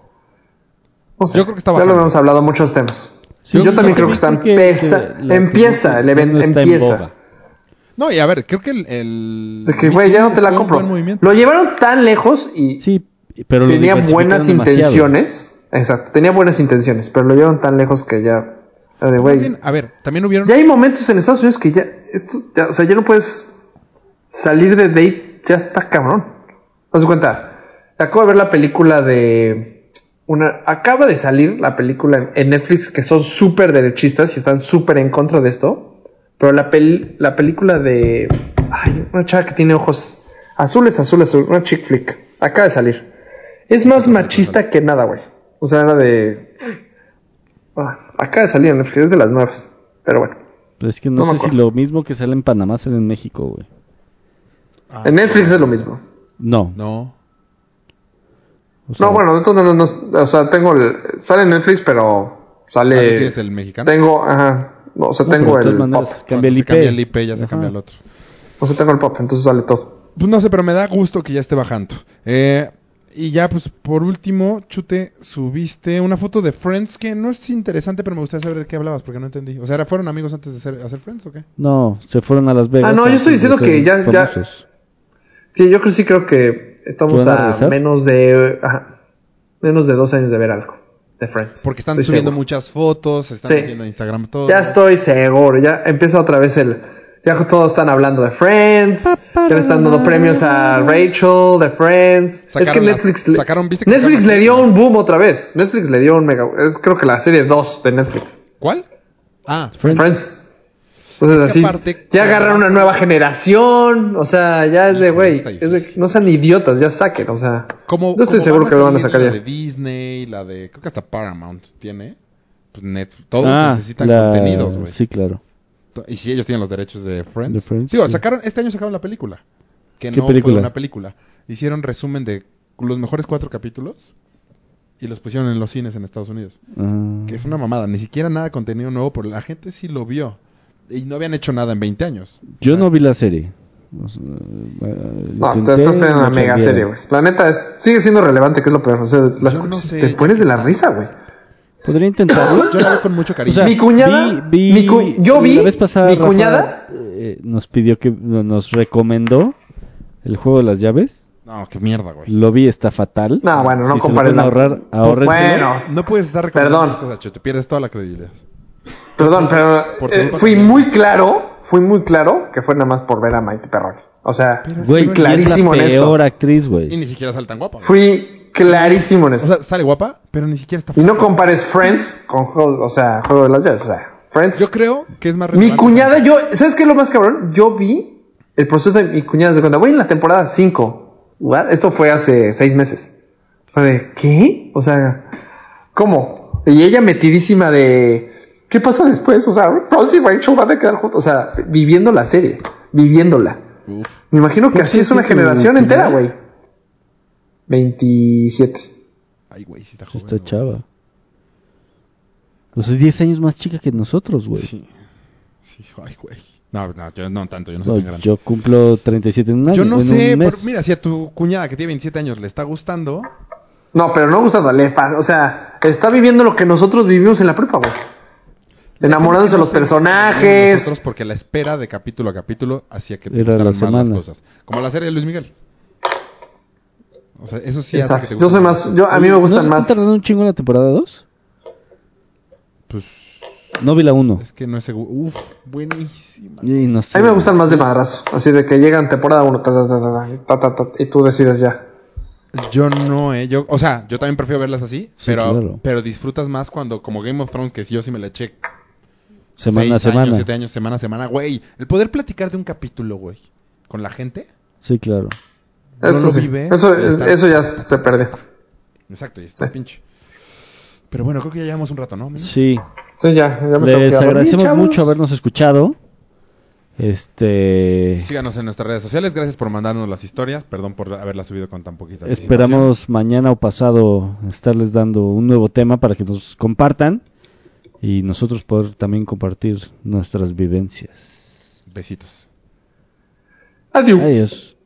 B: No sé.
C: Yo creo que está
B: Ya lo
C: bajando.
B: hemos hablado muchos temas.
A: Sí,
B: Y yo
C: yo
B: también creo
C: creo
B: que está
A: que-
B: empieza,
A: que la-
B: empieza, el
A: que
B: evento
A: no está en
B: empieza.
A: boga.
C: No, y a ver, creo que el... el-
B: De que, güey, ya no te la
C: fue un
B: compro.
C: buen movimiento.
B: Lo llevaron tan lejos y
A: Sí, pero lo
B: tenía
A: diversificaron
B: buenas
A: demasiado.
B: intenciones. Exacto, tenía buenas intenciones, pero lo llevaron tan lejos que ya. era de,
C: Más
B: güey,
C: bien, a ver, también hubieron...
B: Ya hay momentos en Estados Unidos que ya, esto, ya, o sea, ya no puedes salir de date, ya está cabrón. Haz de cuenta, acabo de ver la película de una, acaba de salir la película en, en Netflix que son súper derechistas y están súper en contra de esto, pero la pel- la película de, ay, una chava que tiene ojos azules, azules, azules, una chick flick, acaba de salir. Es más machista que nada, güey. O sea, era de, ah, acaba de salir en Netflix, es de las nuevas, pero bueno.
A: Pero es que no,
B: No me
A: sé si
B: acuerdo.
A: lo mismo que sale en Panamá sale en México, güey.
B: En Netflix es lo mismo.
A: No.
C: No.
A: o sea,
B: No, bueno, esto no, no, no, o sea, tengo el, sale en Netflix, pero
C: Ah, ¿tú
A: Eh,
B: sale.
C: tienes el mexicano?
B: Tengo, ajá, no, o sea,
A: no,
B: tengo
A: Ah, pero de
B: el
A: todas maneras,
B: pop,
A: cambia el
C: Se
A: IP.
C: cambia el IP, ya se
A: Ajá.
C: cambia el otro.
B: o sea, tengo el pop, entonces sale todo.
C: Pues no sé, pero me da gusto que ya esté bajando. Eh, y ya, pues por último, Chute, subiste una foto de Friends que no es interesante, pero me gustaría saber de qué hablabas porque no entendí. O sea, ¿era- ¿fueron amigos antes de ser- hacer Friends o qué?
A: No, se fueron a Las Vegas.
B: Ah, no, yo estoy
A: antes de
B: diciendo que
A: ser
B: ya- ya-
A: famosos.
B: Sí, yo creo sí creo que estamos
A: ¿Te van a
B: a,
A: regresar?
B: menos de, ajá, menos de dos años de ver algo de Friends.
C: Porque están
B: Estoy
C: subiendo
B: seguro.
C: muchas fotos, están
B: Sí.
C: metiendo en Instagram todo.
B: Ya estoy seguro, ya empieza otra vez el, ya todos están hablando de Friends, ya le están dando premios a Rachel de Friends. es que
C: Sacaron las-
B: Netflix,
C: sacaron- ¿viste que
B: Netflix
C: sacaron
B: le
C: las-
B: dio un boom otra vez. Netflix le dio un mega, es creo que la serie 2 de Netflix.
C: ¿Cuál? Ah,
A: Friends.
B: Friends. Entonces
C: Es que
B: así,
C: aparte-
B: ya agarraron una nueva generación, o sea, ya es de,
C: Híjole,
B: güey,
C: está
B: es de- no sean idiotas, ya saquen, o sea,
C: como
B: yo estoy
C: como
B: seguro
C: van
B: que lo van a
C: salir
B: sacar
C: La de
B: ya.
C: Disney, la de. Creo que hasta Paramount tiene. Pues net, todos
A: Ah,
C: necesitan
A: la-
C: contenidos, güey.
A: Sí, claro.
C: Y si ellos tienen los derechos de Friends.
A: De Friends,
C: Digo,
A: sí.
C: sacaron, este año sacaron la película. Que
A: ¿Qué
C: no
A: película?
C: fue una película. Hicieron resumen de los mejores cuatro capítulos y los pusieron en los cines en Estados Unidos.
A: Ah,
C: Que es una mamada, ni siquiera nada de contenido nuevo, pero la gente sí lo vio. Y no habían hecho nada en 20 años.
A: Yo no vi la serie. O sea, eh,
B: No, Ah, te
A: intenté,
B: estás poniendo una
A: no
B: mega
A: cambiaron.
B: serie, güey. La neta es, sigue siendo relevante, que es lo peor. O sea, la
C: Yo no
B: escuchas y
C: sé,
B: te
C: yo
B: pones de la risa, güey.
A: Podría intentarlo.
C: Yo la vi con mucho cariño.
A: O sea,
B: Mi cuñada-
A: vi- vi-
B: mi cu- yo vi-
A: la vez pasada
B: mi
A: Rafa,
B: cuñada-
A: eh, nos pidió que nos recomendó el juego de las llaves.
C: no, qué mierda, güey.
A: Lo vi, está fatal.
B: No, bueno,
A: si
B: no
A: se lo
B: compares
A: pueden
B: la-
A: ahorrar, ahórrenselo.
B: Bueno.
C: No puedes estar recomendando
B: Perdón.
C: esas cosas, Chu, te pierdes toda la credibilidad.
B: Perdón, pero
C: Por
B: eh,
C: culpa
B: fui
C: tuya.
B: muy claro, fui muy claro que fue nada más por ver a Maite Perroni. O sea,
A: Güey,
B: fui
A: y
B: clarísimo
A: es
B: en
A: la
B: esto.
A: peor actriz,
C: Y
A: güey.
C: ni siquiera sale tan guapa. güey.
B: Fui clarísimo en
C: O
B: esto.
C: sea, sale guapa, pero ni siquiera está.
B: y no compares Friends con juego, o sea, juego de las llaves. O sea, Friends.
C: Yo creo que es más
B: mi
C: relevante.
B: cuñada, yo, ¿sabes qué es lo más cabrón? Yo vi el proceso de mi cuñada de cuenta, güey, en la temporada 5. What? Esto fue hace seis meses. Fue de, ¿qué? O sea, ¿cómo? Y ella metidísima de, ¿qué pasa después? O sea, Ross y Rachel van a quedar juntos. O sea, viviendo la serie, viviéndola.
C: Uf.
B: Me imagino que así es una
A: es tu
B: generación entera,
A: cuñada?
B: güey. 27.
C: Ay, güey, sí está joven.
A: Esta
C: güey.
A: chava. Pues es 10 años más chica que nosotros, güey.
C: Sí. Sí, ay, güey. No, no, yo no tanto, yo no soy tan
A: No,
C: grande.
A: yo cumplo 37 en un año.
C: Yo no
A: en
C: sé,
A: un mes.
C: pero mira, si a tu cuñada que tiene 27 años le está gustando,
B: No, pero no gustándole. fa- O sea, está viviendo lo que nosotros vivimos en la prepa, güey. Enamorándose de los personajes.
C: nosotros porque la espera de capítulo a capítulo hacía que te
A: Era la
C: gustaran más las
A: semana.
C: cosas. Como la serie de Luis Miguel. O sea, eso sí hace que
B: Exacto.
C: te
B: Yo
C: guste
B: soy más. Yo, a mí me
A: ¿No
B: gustan
A: se
B: más.
A: ¿Están tardando un chingo en la temporada 2?
C: Pues
A: No vi la 1.
C: es que no es seguro. Uf, buenísima.
A: Y no sé.
B: A mí me gustan más de madrazo. Así de que llegan temporada 1. Ta, ta, ta, ta, ta, ta, ta, ta, y tú decides ya.
C: Yo no, eh. Yo, o sea, yo también prefiero verlas así,
A: Sí,
C: pero,
A: claro.
C: pero disfrutas más cuando, como Game of Thrones, que yo sí me la eché
A: Semana a
C: seis años,
A: semana.
C: siete años, semana a semana, güey. El poder platicar de un capítulo, güey, con la gente.
A: Sí, claro.
C: No
B: Eso
C: lo
B: sí.
C: vives,
B: Eso,
C: ya está.
B: eso ya se perdió.
C: Exacto, y está
B: Sí.
C: pinche. Pero bueno, creo que ya llevamos un rato, ¿no? men?
A: Sí.
B: Sí, ya, ya me tengo que ir
A: Les
B: a dormir,
A: agradecemos
B: chavos.
A: mucho habernos escuchado. Este.
C: Síganos en nuestras redes sociales. Gracias por mandarnos las historias. Perdón por haberlas subido con tan poquita. anticipación.
A: Esperamos mañana o pasado estarles dando un nuevo tema para que nos compartan y nosotros poder también compartir nuestras vivencias.
C: Besitos.
B: Adiós.
A: Adiós.